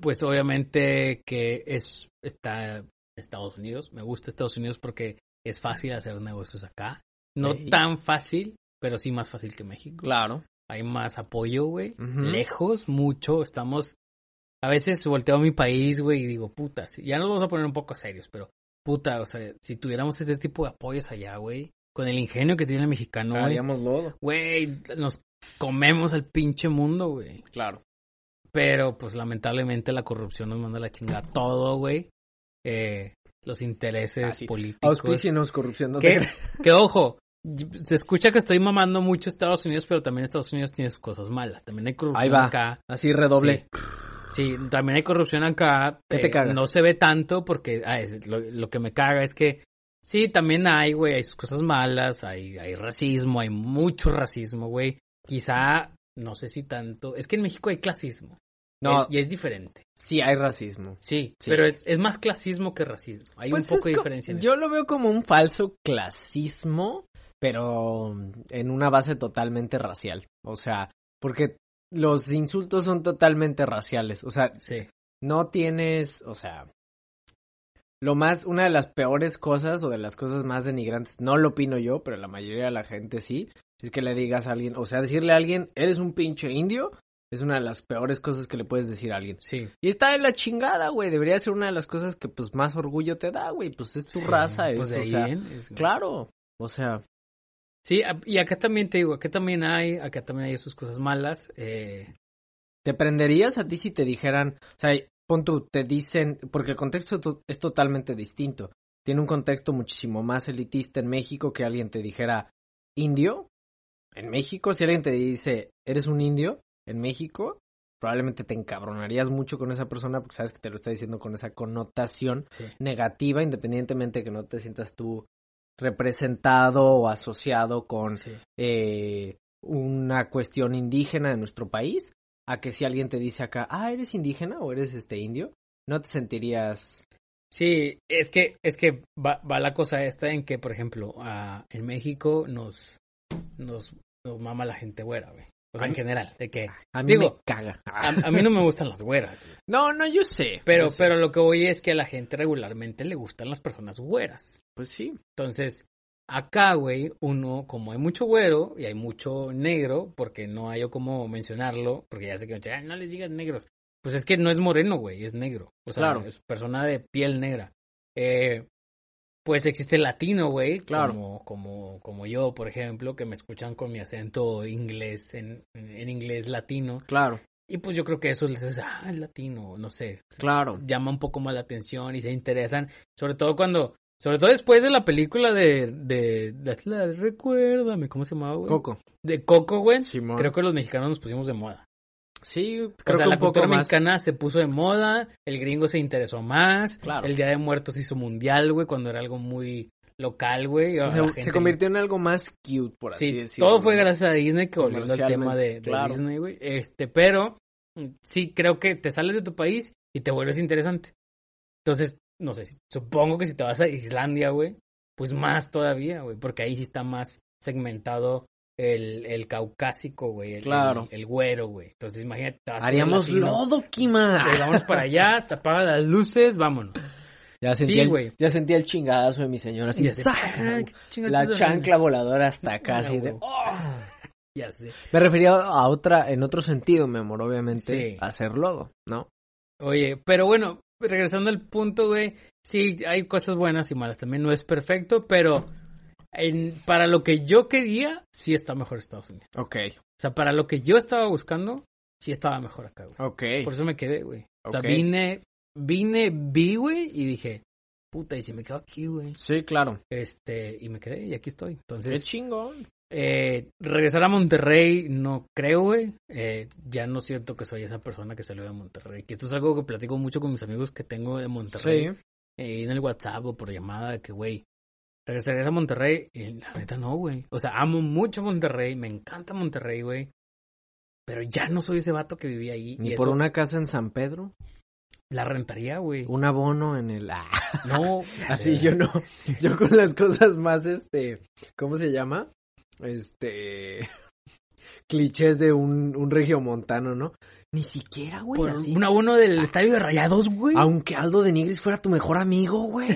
Speaker 2: pues obviamente que es está Estados Unidos. Me gusta Estados Unidos porque es fácil hacer negocios acá. No
Speaker 1: Ey.
Speaker 2: tan fácil, pero sí más fácil que México.
Speaker 1: Claro.
Speaker 2: Hay más apoyo, güey.
Speaker 1: Ujú.
Speaker 2: Lejos, mucho. Estamos. A veces volteo a mi país, güey, y digo, puta, si- ya nos vamos a poner un poco serios, pero puta, o sea, si tuviéramos este tipo de apoyos allá, güey, con el ingenio que tiene el mexicano, güey,
Speaker 1: Haríamos lodo.
Speaker 2: güey, nos comemos al pinche mundo, güey.
Speaker 1: Claro.
Speaker 2: Pero, pues, lamentablemente la corrupción nos manda la chingada todo, güey. Eh, los intereses
Speaker 1: Así,
Speaker 2: políticos.
Speaker 1: Auspícienos corrupción. No
Speaker 2: ¿Qué?
Speaker 1: te
Speaker 2: Que ojo, se escucha que estoy mamando mucho Estados Unidos, pero también Estados Unidos tiene sus cosas malas. También hay corrupción
Speaker 1: Ahí va.
Speaker 2: acá.
Speaker 1: Así redoble.
Speaker 2: Sí, también hay corrupción acá. Eh,
Speaker 1: ¿Qué te caga?
Speaker 2: No se ve tanto porque ah, es- lo, lo que me caga es que sí, también hay, güey, hay sus cosas malas, hay, hay racismo, hay mucho racismo, güey. Quizá, no sé si tanto. Es que en México hay clasismo.
Speaker 1: No,
Speaker 2: Es- y es diferente.
Speaker 1: sí hay racismo.
Speaker 2: Sí,
Speaker 1: Sí.
Speaker 2: pero es, es más clasismo que racismo. Hay
Speaker 1: Pues
Speaker 2: un poco de
Speaker 1: es co-
Speaker 2: diferencia. en eso.
Speaker 1: Yo lo veo como un falso clasismo, pero en una base totalmente racial. O sea, porque los insultos son totalmente raciales. O sea,
Speaker 2: Sí.
Speaker 1: no tienes, o sea, lo más, una de las peores cosas o de las cosas más denigrantes, no lo opino yo, pero la mayoría de la gente sí, es que le digas a alguien, o sea, decirle a alguien, eres un pinche indio, es una de las peores cosas que le puedes decir a alguien.
Speaker 2: Sí.
Speaker 1: Y está en la chingada, güey, debería ser una de las cosas que pues más orgullo te da, güey, pues es tu
Speaker 2: Sí,
Speaker 1: raza, es,
Speaker 2: pues de
Speaker 1: o
Speaker 2: ahí
Speaker 1: sea,
Speaker 2: viene, es-
Speaker 1: claro, o sea,
Speaker 2: Sí, a- y acá también te digo, acá también hay, acá también hay sus cosas malas. Eh,
Speaker 1: ¿te prenderías a ti si te dijeran, o sea, pon tú, te dicen, porque el contexto to- es totalmente distinto, tiene un contexto muchísimo más elitista en México que alguien te dijera indio. En México, si alguien te dice, eres un indio, en México, probablemente te encabronarías mucho con esa persona porque sabes que te lo está diciendo con esa connotación
Speaker 2: sí.
Speaker 1: negativa, independientemente de que no te sientas tú representado o asociado con
Speaker 2: sí.
Speaker 1: eh, una cuestión indígena de nuestro país, a que si alguien te dice acá, ah, eres indígena o eres este indio, no te sentirías...
Speaker 2: Sí, es que, es que va, va la cosa esta en que, por ejemplo, ah, en México nos, nos, nos mama la gente güera, güey. O sea, en general, de que
Speaker 1: A mí
Speaker 2: Digo,
Speaker 1: me caga.
Speaker 2: a, a mí no me gustan las güeras, güey.
Speaker 1: No, no, yo sé.
Speaker 2: pero,
Speaker 1: yo sé.
Speaker 2: pero lo que voy es que a la gente regularmente le gustan las personas güeras.
Speaker 1: Pues sí.
Speaker 2: Entonces, acá, güey, uno, como hay mucho güero y hay mucho negro, porque no hay como mencionarlo, porque ya sé que me dicen, "Ah, no les digas negros. Pues es que no es moreno, güey, es negro. O sea,
Speaker 1: Claro.
Speaker 2: es persona de piel negra. Eh, pues existe el latino, güey,
Speaker 1: Claro.
Speaker 2: como, como, como yo, por ejemplo, que me escuchan con mi acento inglés, en, en inglés latino.
Speaker 1: Claro,
Speaker 2: Y pues yo creo que eso les dice, ah, el latino, no sé,
Speaker 1: claro.
Speaker 2: llama un poco más la atención y se interesan, sobre todo cuando, sobre todo después de la película de, de, de- la- recuérdame, ¿cómo se llamaba, güey?
Speaker 1: Coco.
Speaker 2: De Coco, güey.
Speaker 1: Simón.
Speaker 2: Creo que los mexicanos nos pusimos de moda.
Speaker 1: Sí,
Speaker 2: Creo
Speaker 1: creo
Speaker 2: o sea,
Speaker 1: que
Speaker 2: la
Speaker 1: un poco
Speaker 2: cultura
Speaker 1: más.
Speaker 2: mexicana se puso de moda, el gringo se interesó más,
Speaker 1: Claro.
Speaker 2: el Día de Muertos hizo mundial, güey, cuando era algo muy local, güey. y a la
Speaker 1: Se,
Speaker 2: gente-
Speaker 1: se convirtió en algo más cute, por así
Speaker 2: Sí,
Speaker 1: decirlo.
Speaker 2: todo fue
Speaker 1: ¿no?
Speaker 2: gracias a Disney que volvió al tema de,
Speaker 1: Comercialmente,
Speaker 2: de
Speaker 1: claro.
Speaker 2: Disney, güey. Este, pero mm, sí creo que te sales de tu país y te vuelves interesante. Entonces, no sé, si- supongo que si te vas a Islandia, güey, pues más todavía, güey, porque ahí sí está más segmentado el, el caucásico, güey, el,
Speaker 1: Claro.
Speaker 2: el, el güero, güey. Entonces, imagínate, te vas a
Speaker 1: Haríamos
Speaker 2: un latino,
Speaker 1: lodo, Kima.
Speaker 2: te Vamos para allá, se apagan las luces, vámonos.
Speaker 1: Ya
Speaker 2: Sí,
Speaker 1: sentía,
Speaker 2: güey.
Speaker 1: el, ya sentía el chingadazo de mi señora. Así,
Speaker 2: Y así,
Speaker 1: ¡saca!
Speaker 2: ah, qué chingados
Speaker 1: La
Speaker 2: estás
Speaker 1: chancla voladora hasta
Speaker 2: Ah,
Speaker 1: acá, así de... ¡oh!
Speaker 2: güey. Ya sé.
Speaker 1: Me refería a otra, en otro sentido, mi amor, obviamente,
Speaker 2: Sí.
Speaker 1: a hacer lodo, ¿no?
Speaker 2: Oye, pero bueno, regresando al punto, güey, sí, hay cosas buenas y malas también, no es perfecto, pero en- para lo que yo quería, sí está mejor Estados Unidos.
Speaker 1: Ok,
Speaker 2: O sea, para lo que yo estaba buscando, sí estaba mejor acá, güey.
Speaker 1: ok.
Speaker 2: Por eso me quedé, güey. O sea,
Speaker 1: Ok.
Speaker 2: vine, vine, vi, güey, y dije, puta, y si me quedo aquí, güey.
Speaker 1: Sí, claro.
Speaker 2: Este, y me quedé y aquí estoy.
Speaker 1: Qué
Speaker 2: Entonces,
Speaker 1: chingón.
Speaker 2: eh, regresar a Monterrey no creo, güey. Eh, ya no siento que soy esa persona que salió de Monterrey. Que esto es algo que platico mucho con mis amigos que tengo de Monterrey.
Speaker 1: Sí,
Speaker 2: eh, en el WhatsApp o por llamada. Que, güey, regresarías a Monterrey. Y la neta no, güey. O sea, amo mucho Monterrey. Me encanta Monterrey, güey. Pero ya no soy ese vato que vivía ahí.
Speaker 1: ni
Speaker 2: y
Speaker 1: por
Speaker 2: eso
Speaker 1: una casa en San Pedro,
Speaker 2: La rentaría, güey.
Speaker 1: un abono en el... Ah,
Speaker 2: No.
Speaker 1: así yo no, yo con las cosas más, este, ¿cómo se llama? este clichés de un, un regiomontano, ¿no? Ni siquiera, güey.
Speaker 2: Por
Speaker 1: así.
Speaker 2: un abono del estadio de Rayados, güey.
Speaker 1: Aunque Aldo de Nigris fuera tu mejor amigo, güey.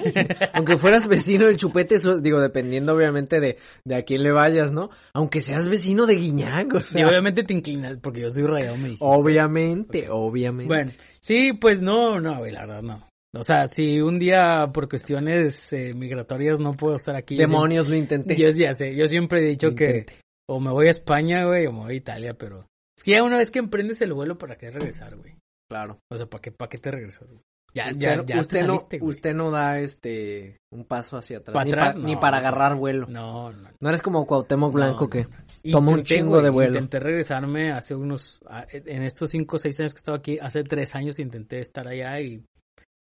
Speaker 1: Aunque fueras vecino del Chupete, eso- digo, dependiendo obviamente de, de a quién le vayas, ¿no? Aunque seas vecino de Guiñac, o
Speaker 2: Y
Speaker 1: sea,
Speaker 2: obviamente te inclinas, porque yo soy Rayado, me dijiste.
Speaker 1: obviamente, obviamente.
Speaker 2: Bueno, sí, pues no, no, güey, la verdad no. O sea, si un día por cuestiones eh, migratorias no puedo estar aquí. yo
Speaker 1: Demonios, lo
Speaker 2: siempre-
Speaker 1: intenté.
Speaker 2: Yo, ya sé, yo siempre he dicho
Speaker 1: Lo
Speaker 2: que
Speaker 1: intenté.
Speaker 2: o me voy a España, güey, o me voy a Italia, pero... Es que ya una vez que emprendes el vuelo, ¿para qué regresar, güey?
Speaker 1: Claro.
Speaker 2: O sea, ¿para qué, para qué te regresas? güey? Ya,
Speaker 1: Usted,
Speaker 2: ya, ya
Speaker 1: usted
Speaker 2: te
Speaker 1: no,
Speaker 2: saliste, güey.
Speaker 1: usted no da este un paso hacia atrás,
Speaker 2: Pa'
Speaker 1: ni,
Speaker 2: atrás,
Speaker 1: pa- ni
Speaker 2: no.
Speaker 1: para agarrar vuelo.
Speaker 2: No, no.
Speaker 1: No eres como Cuauhtémoc Blanco
Speaker 2: No,
Speaker 1: que
Speaker 2: no.
Speaker 1: toma un
Speaker 2: Intenté,
Speaker 1: chingo
Speaker 2: güey,
Speaker 1: de vuelo.
Speaker 2: Intenté regresarme hace unos, a- en estos cinco o seis años que estaba aquí, hace tres años intenté estar allá y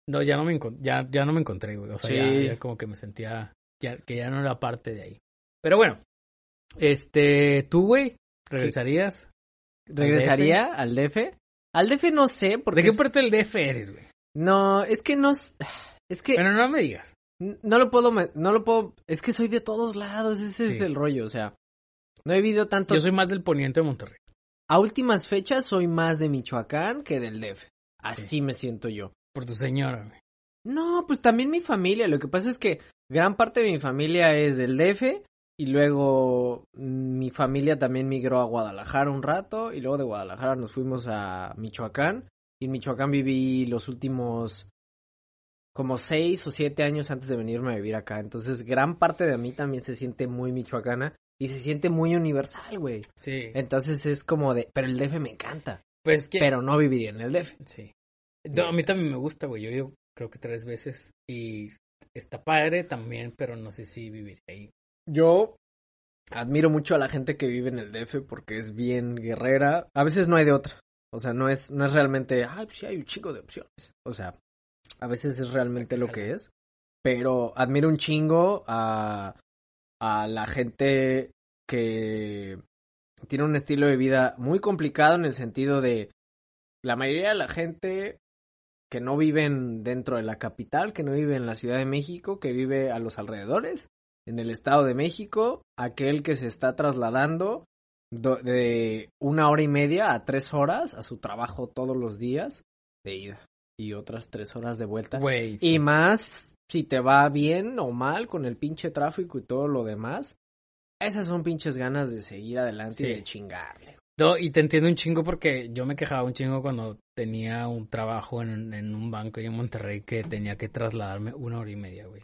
Speaker 2: no, ya no me, encon- ya, ya no me encontré, güey. O sea, ya-
Speaker 1: Sí.
Speaker 2: ya, como que me sentía ya, que ya no era parte de ahí. Pero bueno, este, tú, güey, regresarías.
Speaker 1: regresaría al DF. Al DF no sé, porque
Speaker 2: ¿De qué
Speaker 1: es-
Speaker 2: parte del DF eres, güey?
Speaker 1: no, es que no s- es que
Speaker 2: Pero no me digas.
Speaker 1: No lo puedo, me- no lo puedo, es que soy de todos lados, ese es
Speaker 2: Sí.
Speaker 1: el rollo, o sea, no he vivido tanto.
Speaker 2: Yo soy más del poniente de Monterrey.
Speaker 1: A últimas fechas soy más de Michoacán que del DF, así me siento yo.
Speaker 2: Por tu señora, güey.
Speaker 1: No, pues también mi familia, lo que pasa es que gran parte de mi familia es del DF y luego mm, mi familia también migró a Guadalajara un rato y luego de Guadalajara nos fuimos a Michoacán y en Michoacán viví los últimos como seis o siete años antes de venirme a vivir acá, entonces gran parte de mí también se siente muy michoacana y se siente muy universal, güey.
Speaker 2: Sí.
Speaker 1: Eh, Entonces es como de, pero el DF me encanta,
Speaker 2: Pues que...
Speaker 1: pero no viviría en el DF.
Speaker 2: Sí. No, a mí también me gusta, güey. Yo, yo creo que tres veces. Y está padre también, pero no sé si vivir ahí.
Speaker 1: Yo admiro mucho a la gente que vive en el DF porque es bien guerrera. A veces no hay de otra. O sea, no es, no es realmente, ay, pues sí hay un chingo de opciones. O sea, a veces es realmente lo que es. Pero admiro un chingo a, a la gente que tiene un estilo de vida muy complicado en el sentido de la mayoría de la gente que no viven dentro de la capital, que no vive en la Ciudad de México, que vive a los alrededores, en el Estado de México, aquel que se está trasladando do- de una hora y media a tres horas a su trabajo todos los días de ida y otras tres horas de vuelta.
Speaker 2: Güey.
Speaker 1: Y más si te va bien o mal con el pinche tráfico y todo lo demás. Esas son pinches ganas de seguir adelante y
Speaker 2: Sí.
Speaker 1: de chingarle.
Speaker 2: No, y te entiendo un chingo porque yo me quejaba un chingo cuando tenía un trabajo en, en un banco ahí en Monterrey que tenía que trasladarme una hora y media, güey.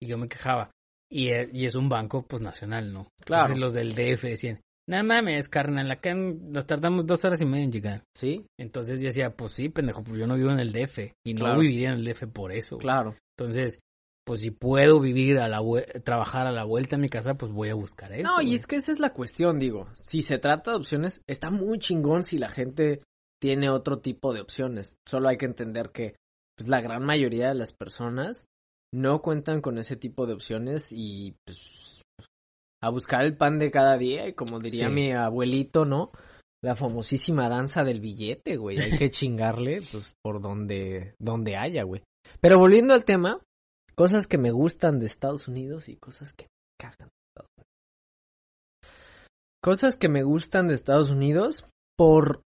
Speaker 2: Y yo me quejaba. Y, e- y es un banco, pues, nacional, ¿no?
Speaker 1: Claro.
Speaker 2: Entonces los del DF decían, no mames, carnal, acá en- nos tardamos dos horas y media en llegar.
Speaker 1: ¿Sí?
Speaker 2: Entonces yo decía, pues sí, pendejo, pues yo no vivo en el DF. Y no
Speaker 1: Claro.
Speaker 2: viviría en el DF por eso. güey.
Speaker 1: Claro.
Speaker 2: Entonces, pues si puedo vivir a la vue- trabajar a la vuelta a mi casa, pues voy a buscar eso.
Speaker 1: No, y
Speaker 2: güey.
Speaker 1: es que esa es la cuestión, digo. Si se trata de opciones, está muy chingón si la gente tiene otro tipo de opciones. Solo hay que entender que pues, la gran mayoría de las personas no cuentan con ese tipo de opciones y pues a buscar el pan de cada día y como diría
Speaker 2: Sí.
Speaker 1: mi abuelito, ¿no? La famosísima danza del billete, güey. Hay que chingarle pues por donde donde haya, güey. Pero volviendo al tema, cosas que me gustan de Estados Unidos y cosas que me cagan. Cosas que me gustan de Estados Unidos por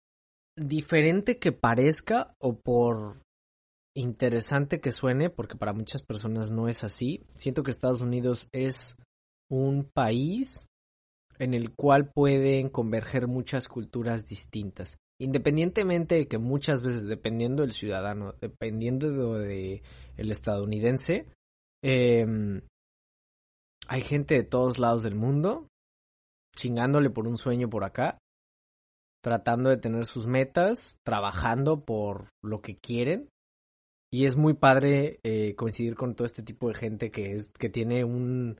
Speaker 1: diferente que parezca o por interesante que suene, porque para muchas personas no es así. Siento que Estados Unidos es un país en el cual pueden converger muchas culturas distintas. Independientemente de que muchas veces, dependiendo del ciudadano, dependiendo de el estadounidense, em, hay gente de todos lados del mundo chingándole por un sueño por acá, tratando de tener sus metas, trabajando por lo que quieren. Y es muy padre eh, coincidir con todo este tipo de gente que es que tiene un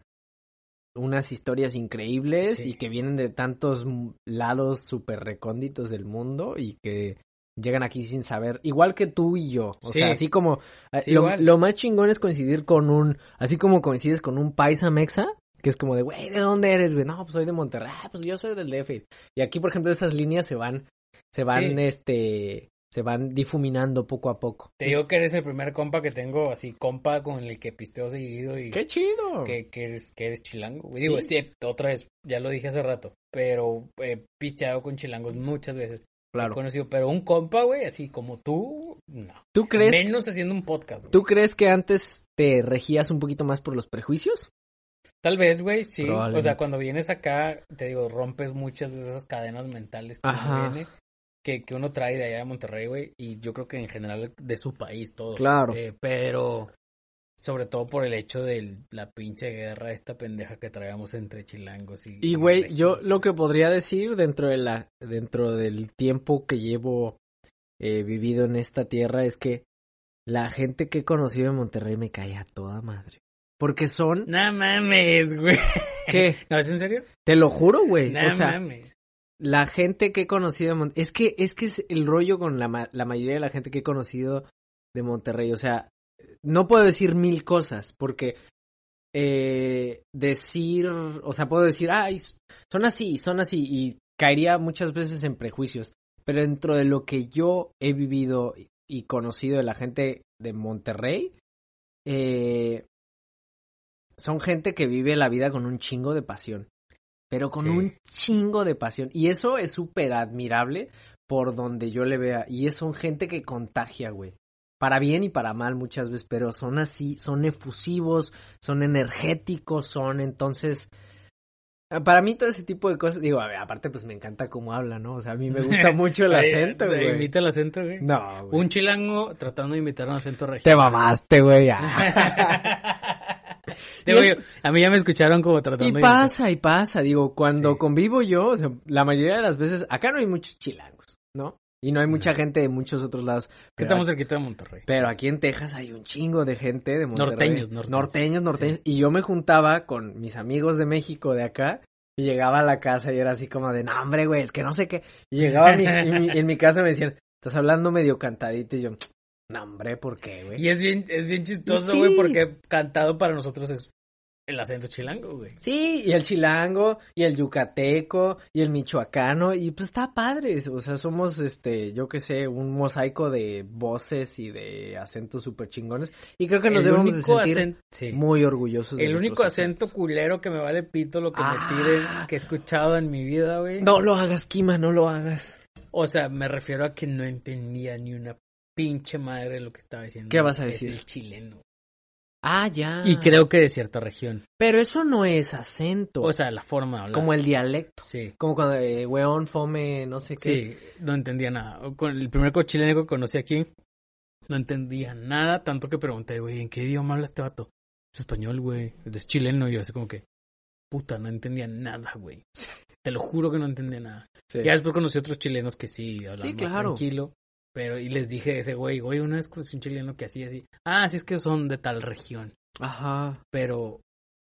Speaker 1: unas historias increíbles
Speaker 2: Sí.
Speaker 1: y que vienen de tantos m- lados súper recónditos del mundo y que llegan aquí sin saber, igual que tú y yo, o
Speaker 2: Sí.
Speaker 1: sea, así como eh,
Speaker 2: Sí,
Speaker 1: lo,
Speaker 2: igual.
Speaker 1: lo más chingón es coincidir con un, así como coincides con un paisa mexa, que es como de, güey, ¿de dónde eres, güey? No, pues soy de Monterrey, "Ah, pues yo soy del DF. Y aquí, por ejemplo, esas líneas se van, se van,
Speaker 2: Sí.
Speaker 1: este, se van difuminando poco a poco.
Speaker 2: Te digo que eres el primer compa que tengo, así, compa con el que pisteo seguido y
Speaker 1: ¡Qué chido!
Speaker 2: que, que eres, que eres chilango. güey. Digo, sí, otra vez, ya lo dije hace rato, pero he pisteado con chilangos muchas veces.
Speaker 1: claro.
Speaker 2: Conocido, pero un compa, güey, así como tú, no.
Speaker 1: ¿Tú crees,
Speaker 2: Menos haciendo un podcast. güey.
Speaker 1: ¿Tú crees que antes te regías un poquito más por los prejuicios?
Speaker 2: Tal vez, güey, sí. O sea,
Speaker 1: Probablemente.
Speaker 2: cuando vienes acá, te digo, rompes muchas de esas cadenas mentales que, uno
Speaker 1: Ajá.
Speaker 2: viene, que, que uno trae de allá de Monterrey, güey, y yo creo que en general de su país, todo.
Speaker 1: Claro.
Speaker 2: Eh, pero sobre todo por el hecho de la pinche guerra, esta pendeja que traíamos entre chilangos y...
Speaker 1: Y güey, yo lo que podría decir dentro de la dentro del tiempo que llevo eh, vivido en esta tierra es que la gente que he conocido en Monterrey me cae a toda madre. Porque son
Speaker 2: No mames, güey.
Speaker 1: ¿Qué?
Speaker 2: ¿No es en serio?
Speaker 1: Te lo juro, güey.
Speaker 2: No
Speaker 1: o sea,
Speaker 2: mames.
Speaker 1: la gente que he conocido en Monterrey. Es que, es que es el rollo con la, ma- la mayoría de la gente que he conocido de Monterrey. O sea, no puedo decir mil cosas, porque eh, decir. O sea, puedo decir, ay, s- son así, son así. Y caería muchas veces en prejuicios. Pero dentro de lo que yo he vivido y conocido de la gente de Monterrey, eh, son gente que vive la vida con un chingo de pasión. Pero con
Speaker 2: Sí.
Speaker 1: un chingo de pasión. Y eso es súper admirable por donde yo le vea. Y es son gente que contagia, güey. Para bien y para mal muchas veces, pero son así, son efusivos, son energéticos, son entonces... eh, Para mí todo ese tipo de cosas, digo, a ver, aparte pues me encanta cómo habla, ¿no? O sea, a mí me gusta mucho el
Speaker 2: Ay,
Speaker 1: acento,
Speaker 2: te
Speaker 1: güey.
Speaker 2: Imita el acento, güey.
Speaker 1: No, güey.
Speaker 2: Un chilango tratando de imitar un acento regional.
Speaker 1: Te mamaste, güey. ah.
Speaker 2: Digo,
Speaker 1: Y
Speaker 2: yo, a mí ya me escucharon como tratando
Speaker 1: Y
Speaker 2: de
Speaker 1: pasa, y pasa, digo, cuando
Speaker 2: Sí.
Speaker 1: convivo yo, o sea, la mayoría de las veces, acá no hay muchos chilangos, ¿no? Y no hay mucha gente de muchos otros lados.
Speaker 2: Que
Speaker 1: Pero,
Speaker 2: estamos cerquita de Monterrey.
Speaker 1: pero aquí en Texas hay un chingo de gente de Monterrey.
Speaker 2: Norteños, norteños.
Speaker 1: norteños. norteños. Y yo me juntaba con mis amigos de México de acá. Y llegaba a la casa y era así como de, no, hombre, güey, es que no sé qué. Y llegaba a mi, y mi- y en mi casa me decían, estás hablando medio cantadito. Y yo, no, hombre, ¿por qué, güey?
Speaker 2: Y es bien, es bien chistoso,
Speaker 1: Y sí.
Speaker 2: güey, porque cantado para nosotros es el acento chilango, güey.
Speaker 1: Sí, y el chilango, y el yucateco, y el michoacano, y pues está padre, o sea, somos, este, yo qué sé, un mosaico de voces y de acentos súper chingones, y creo que nos
Speaker 2: El
Speaker 1: debemos de
Speaker 2: único
Speaker 1: sentir
Speaker 2: acen- sí.
Speaker 1: muy orgullosos. de
Speaker 2: El
Speaker 1: nuestros
Speaker 2: único acento
Speaker 1: acentos.
Speaker 2: culero que me vale pito lo que
Speaker 1: Ah.
Speaker 2: me tiren, que he escuchado en mi vida, güey.
Speaker 1: No lo hagas, Kima, no lo hagas.
Speaker 2: O sea, me refiero a que no entendía ni una pinche madre de lo que estaba diciendo.
Speaker 1: ¿Qué vas a
Speaker 2: Es
Speaker 1: decir?
Speaker 2: el chileno.
Speaker 1: Ah, ya.
Speaker 2: Y creo que de cierta región.
Speaker 1: Pero eso no es acento,
Speaker 2: O sea, la forma de hablar.
Speaker 1: como el dialecto,
Speaker 2: Sí.
Speaker 1: como cuando, eh, weón, fome, no sé qué.
Speaker 2: Sí, no entendía nada. O Con el primer cochileno que conocí aquí, no entendía nada, tanto que pregunté, güey, ¿en qué idioma habla este vato? Es español, güey, es chileno, y yo así como que, puta, no entendía nada, güey. Te lo juro que no entendía nada.
Speaker 1: Sí.
Speaker 2: Ya después conocí otros chilenos que sí, hablaban
Speaker 1: Sí,
Speaker 2: más
Speaker 1: claro.
Speaker 2: tranquilo. Pero, y les dije a ese güey, güey, una vez conocí un chileno que así, así, ah, sí es que son de tal región.
Speaker 1: Ajá,
Speaker 2: Pero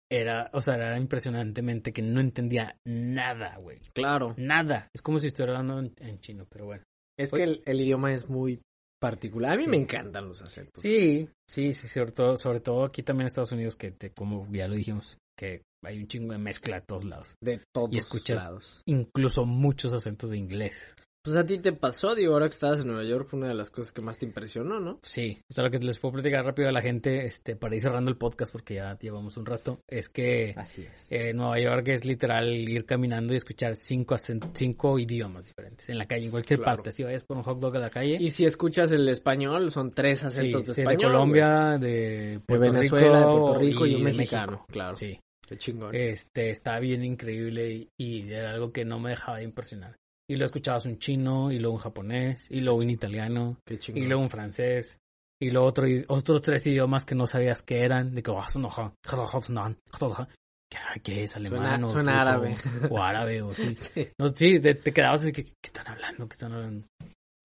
Speaker 2: era, o sea, era impresionantemente que no entendía nada, güey.
Speaker 1: claro.
Speaker 2: Nada. Es como si estuviera hablando en- en chino, pero bueno.
Speaker 1: Es
Speaker 2: Oye.
Speaker 1: que el, el idioma es muy particular, a mí
Speaker 2: Sí.
Speaker 1: me encantan los acentos.
Speaker 2: Sí, sí, sí, sobre todo, sobre todo aquí también en Estados Unidos, que te, como ya lo dijimos, que hay un chingo de mezcla a todos lados.
Speaker 1: De todos
Speaker 2: escuchas-
Speaker 1: lados.
Speaker 2: Incluso muchos acentos de inglés.
Speaker 1: Pues a ti te pasó, digo, ahora que estabas en Nueva York fue una de las cosas que más te impresionó, ¿no?
Speaker 2: Sí, o sea, lo que les puedo platicar rápido a la gente, este, para ir cerrando el podcast, porque ya llevamos un rato, es que
Speaker 1: Así es.
Speaker 2: eh, Nueva York es literal ir caminando y escuchar cinco, acen- cinco idiomas diferentes en la calle, en cualquier
Speaker 1: Claro.
Speaker 2: parte. Si vayas por un hot dog a la calle,
Speaker 1: y si escuchas el español, son tres
Speaker 2: sí,
Speaker 1: acentos de
Speaker 2: sí,
Speaker 1: español. güey.
Speaker 2: Colombia, de, Puerto
Speaker 1: Venezuela, de
Speaker 2: Rico,
Speaker 1: Puerto Rico y un
Speaker 2: de
Speaker 1: mexicano,
Speaker 2: México.
Speaker 1: claro.
Speaker 2: Sí.
Speaker 1: Qué chingón.
Speaker 2: Este, está bien increíble y, y era algo que no me dejaba de impresionar. Y lo escuchabas un chino, y luego un japonés, y luego un italiano,
Speaker 1: Qué
Speaker 2: y
Speaker 1: chingón.
Speaker 2: luego un francés, y luego otro, i- otros tres idiomas que no sabías que eran, de que "Ah, son oja, ja, ja, son an, ja, ja, ja". que ah, que es alemán
Speaker 1: suena
Speaker 2: o
Speaker 1: suena
Speaker 2: ruso,
Speaker 1: árabe.
Speaker 2: o árabe o sí.
Speaker 1: Sí.
Speaker 2: No, sí, te, te quedabas así que, ¿qué están hablando? ¿Qué están hablando?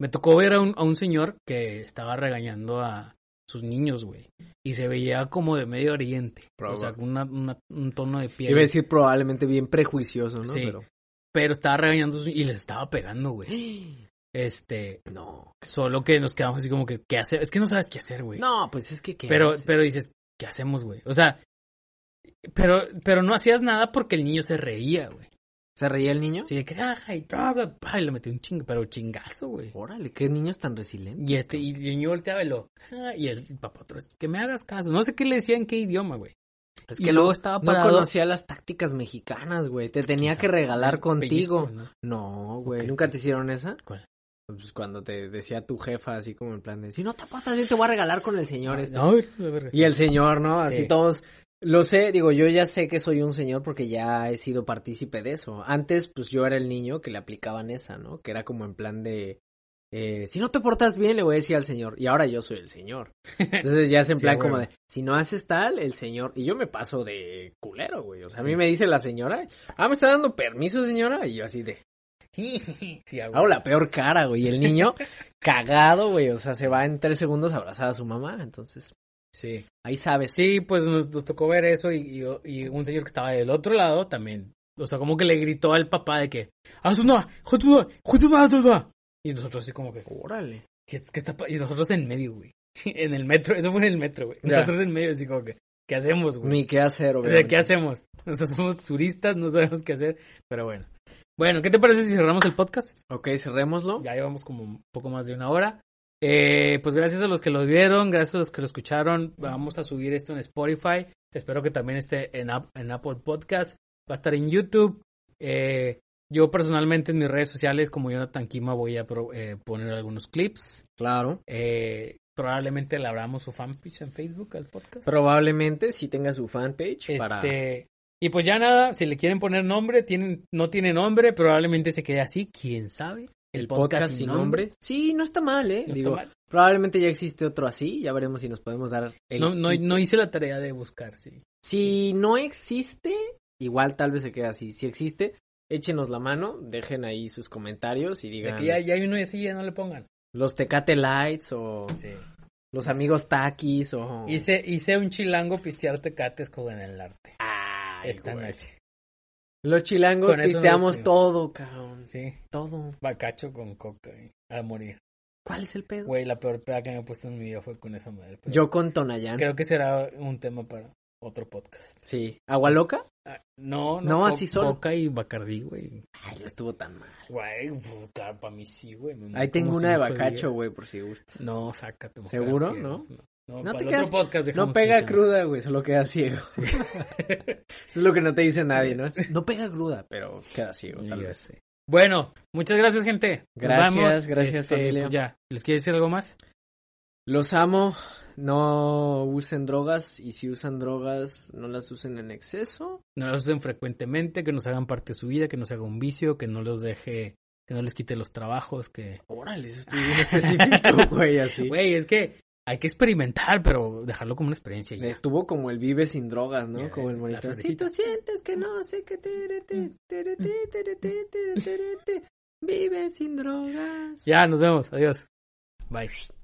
Speaker 2: Me tocó ver a un, a un señor que estaba regañando a sus niños, güey. Y se veía como de Medio Oriente. O sea,
Speaker 1: Probable.
Speaker 2: con una- una- un tono de piel.
Speaker 1: Iba a decir probablemente bien prejuicioso, ¿no?
Speaker 2: Sí.
Speaker 1: Pero...
Speaker 2: Pero estaba regañando a sus- y les estaba pegando, güey. Este,
Speaker 1: No.
Speaker 2: solo que nos quedamos así como que, ¿qué hacer? Es que no sabes qué hacer, güey.
Speaker 1: No, pues es que... ¿qué
Speaker 2: pero,
Speaker 1: haces?
Speaker 2: pero dices, ¿qué hacemos, güey? O sea, pero, pero no hacías nada porque el niño se reía, güey.
Speaker 1: ¿Se reía el niño?
Speaker 2: Así de que, ajá, y, bla, bla, bla, y le metí un ching, pero chingazo, güey.
Speaker 1: Órale, qué niños tan resilientes.
Speaker 2: Y este, y el niño volteaba y lo, "Ah", y el papá otra vez, que me hagas caso. No sé qué le decía en qué idioma, güey.
Speaker 1: Es
Speaker 2: y
Speaker 1: que
Speaker 2: luego
Speaker 1: no-
Speaker 2: estaba
Speaker 1: No
Speaker 2: parado.
Speaker 1: conocía las tácticas mexicanas, güey. Te tenía que regalar contigo.
Speaker 2: Pellizco, ¿no?
Speaker 1: No, güey.
Speaker 2: Ok.
Speaker 1: ¿Nunca te hicieron esa?
Speaker 2: ¿Cuál?
Speaker 1: Pues cuando te decía tu jefa, así como en plan de: Si no te portas bien, te voy a regalar con el señor este.
Speaker 2: No, güey, la verga,
Speaker 1: Y el señor, ¿no?
Speaker 2: Sí.
Speaker 1: Así todos. Lo sé, digo, yo ya sé que soy un señor porque ya he sido partícipe de eso. Antes, pues yo era el niño que le aplicaban esa, ¿no? Que era como en plan de. eh, si no te portas bien, le voy a decir al señor. Y ahora yo soy el señor. Entonces ya es en
Speaker 2: Sí,
Speaker 1: plan
Speaker 2: a
Speaker 1: como
Speaker 2: huevo.
Speaker 1: de. Si no haces tal, el señor. Y yo me paso de culero, güey. O sea, a mí
Speaker 2: Sí.
Speaker 1: me dice la señora. Ah, me está dando permiso, señora. Y yo así de.
Speaker 2: sí, ah, güey.
Speaker 1: Hago la peor cara, güey. Y el niño, cagado, güey. O sea, se va en tres segundos a abrazar a su mamá. Entonces,
Speaker 2: Sí.
Speaker 1: ahí sabes.
Speaker 2: Sí, pues nos, nos tocó ver eso y, y- y un señor que estaba del otro lado también. O sea, como que le gritó al papá de que, ¡Asuna! ¡Jotuda! ¡Jotuda! ¡Jotuda! Y nosotros así como que,
Speaker 1: Órale.
Speaker 2: ¿qué, qué está pa-?" Y nosotros en medio, güey. En el metro, eso fue en el metro, güey.
Speaker 1: Ya.
Speaker 2: Nosotros en medio así como que, ¿qué hacemos, güey?
Speaker 1: Ni qué hacer,
Speaker 2: O
Speaker 1: obviamente.
Speaker 2: sea, ¿qué hacemos? O sea, somos turistas, no sabemos qué hacer, pero bueno. Bueno, ¿qué te parece si cerramos el podcast?
Speaker 1: Ok, cerrémoslo.
Speaker 2: Ya llevamos como un poco más de una hora. Eh, pues gracias a los que lo vieron, gracias a los que lo escucharon. Vamos a subir esto en Spotify. Espero que también esté en, Ap- en Apple Podcast. Va a estar en YouTube. Eh, yo personalmente en mis redes sociales, como Jonathan Kima, voy a pro- eh, poner algunos clips.
Speaker 1: Claro.
Speaker 2: Eh, probablemente le abramos su fanpage en Facebook al podcast.
Speaker 1: Probablemente si tenga su fanpage para...
Speaker 2: Este, Y pues ya nada, si le quieren poner nombre, tienen, no tiene nombre, probablemente se quede así, quién sabe.
Speaker 1: El podcast, sin nombre. Sí, no está mal, ¿eh?
Speaker 2: No, está
Speaker 1: Digo,
Speaker 2: mal.
Speaker 1: probablemente ya existe otro así. Ya veremos si nos podemos dar el...
Speaker 2: No- no-
Speaker 1: kit.
Speaker 2: no hice la tarea de buscar, sí.
Speaker 1: Si no existe, igual tal vez se quede así. Si existe, échenos la mano, dejen ahí sus comentarios y
Speaker 2: De
Speaker 1: digan
Speaker 2: que ya, ya hay uno y así ya no le pongan.
Speaker 1: los Tecate Lights o los amigos Takis o...
Speaker 2: Hice, hice un chilango pistear tecates con el arte.
Speaker 1: Ay,
Speaker 2: esta
Speaker 1: güey.
Speaker 2: noche.
Speaker 1: Los chilangos
Speaker 2: Con eso nos
Speaker 1: pisteamos
Speaker 2: despedimos.
Speaker 1: todo, cabrón.
Speaker 2: Sí.
Speaker 1: Todo.
Speaker 2: Bacacho con coca. güey, A morir.
Speaker 1: ¿Cuál es el pedo?
Speaker 2: Güey, la peor peda que me he puesto en mi vida fue con esa madre. pero
Speaker 1: Yo con Tonayán.
Speaker 2: Creo que será un tema para otro podcast.
Speaker 1: Sí. ¿Agua loca?
Speaker 2: Ah, No, no.
Speaker 1: No,
Speaker 2: co-
Speaker 1: así solo.
Speaker 2: Coca y bacardí, güey.
Speaker 1: Ay, no estuvo tan mal.
Speaker 2: Güey, puta, para mí sí, güey. me
Speaker 1: Ahí
Speaker 2: muero
Speaker 1: tengo
Speaker 2: como
Speaker 1: una de
Speaker 2: cinco
Speaker 1: bacacho,
Speaker 2: días.
Speaker 1: güey, por si gusta.
Speaker 2: No, sácate. me voy a
Speaker 1: ¿Seguro?
Speaker 2: quedar ciego.
Speaker 1: ¿No?
Speaker 2: No,
Speaker 1: No
Speaker 2: para
Speaker 1: te
Speaker 2: el
Speaker 1: quedas-
Speaker 2: otro podcast
Speaker 1: No
Speaker 2: dejamos
Speaker 1: pega
Speaker 2: el tema.
Speaker 1: cruda, güey, solo queda ciego. Eso es lo que no te dice nadie, ¿no? Es- No pega cruda, pero queda ciego, tal
Speaker 2: Ya
Speaker 1: vez.
Speaker 2: sé. Bueno, muchas gracias, gente. Nos
Speaker 1: Gracias,
Speaker 2: vamos.
Speaker 1: gracias, familia.
Speaker 2: pues ya, ¿les quiere decir algo más?
Speaker 1: Los amo. No usen drogas y si usan drogas, no las usen en exceso.
Speaker 2: No los usen frecuentemente, que nos hagan parte de su vida, que nos haga un vicio, que no los deje, que no les quite los trabajos, que...
Speaker 1: Órale, eso estoy bien específico, güey, así.
Speaker 2: Güey, es que hay que experimentar, pero dejarlo como una experiencia. ya.
Speaker 1: Estuvo como el vive sin drogas, ¿no?
Speaker 2: Ya
Speaker 1: como
Speaker 2: ves,
Speaker 1: el
Speaker 2: la
Speaker 1: monitor. Si
Speaker 2: florecita.
Speaker 1: tú sientes que no sé qué tere, te, tere, te, tere, te, tere, tere, te, vive sin drogas.
Speaker 2: Ya, nos vemos. Adiós. Bye.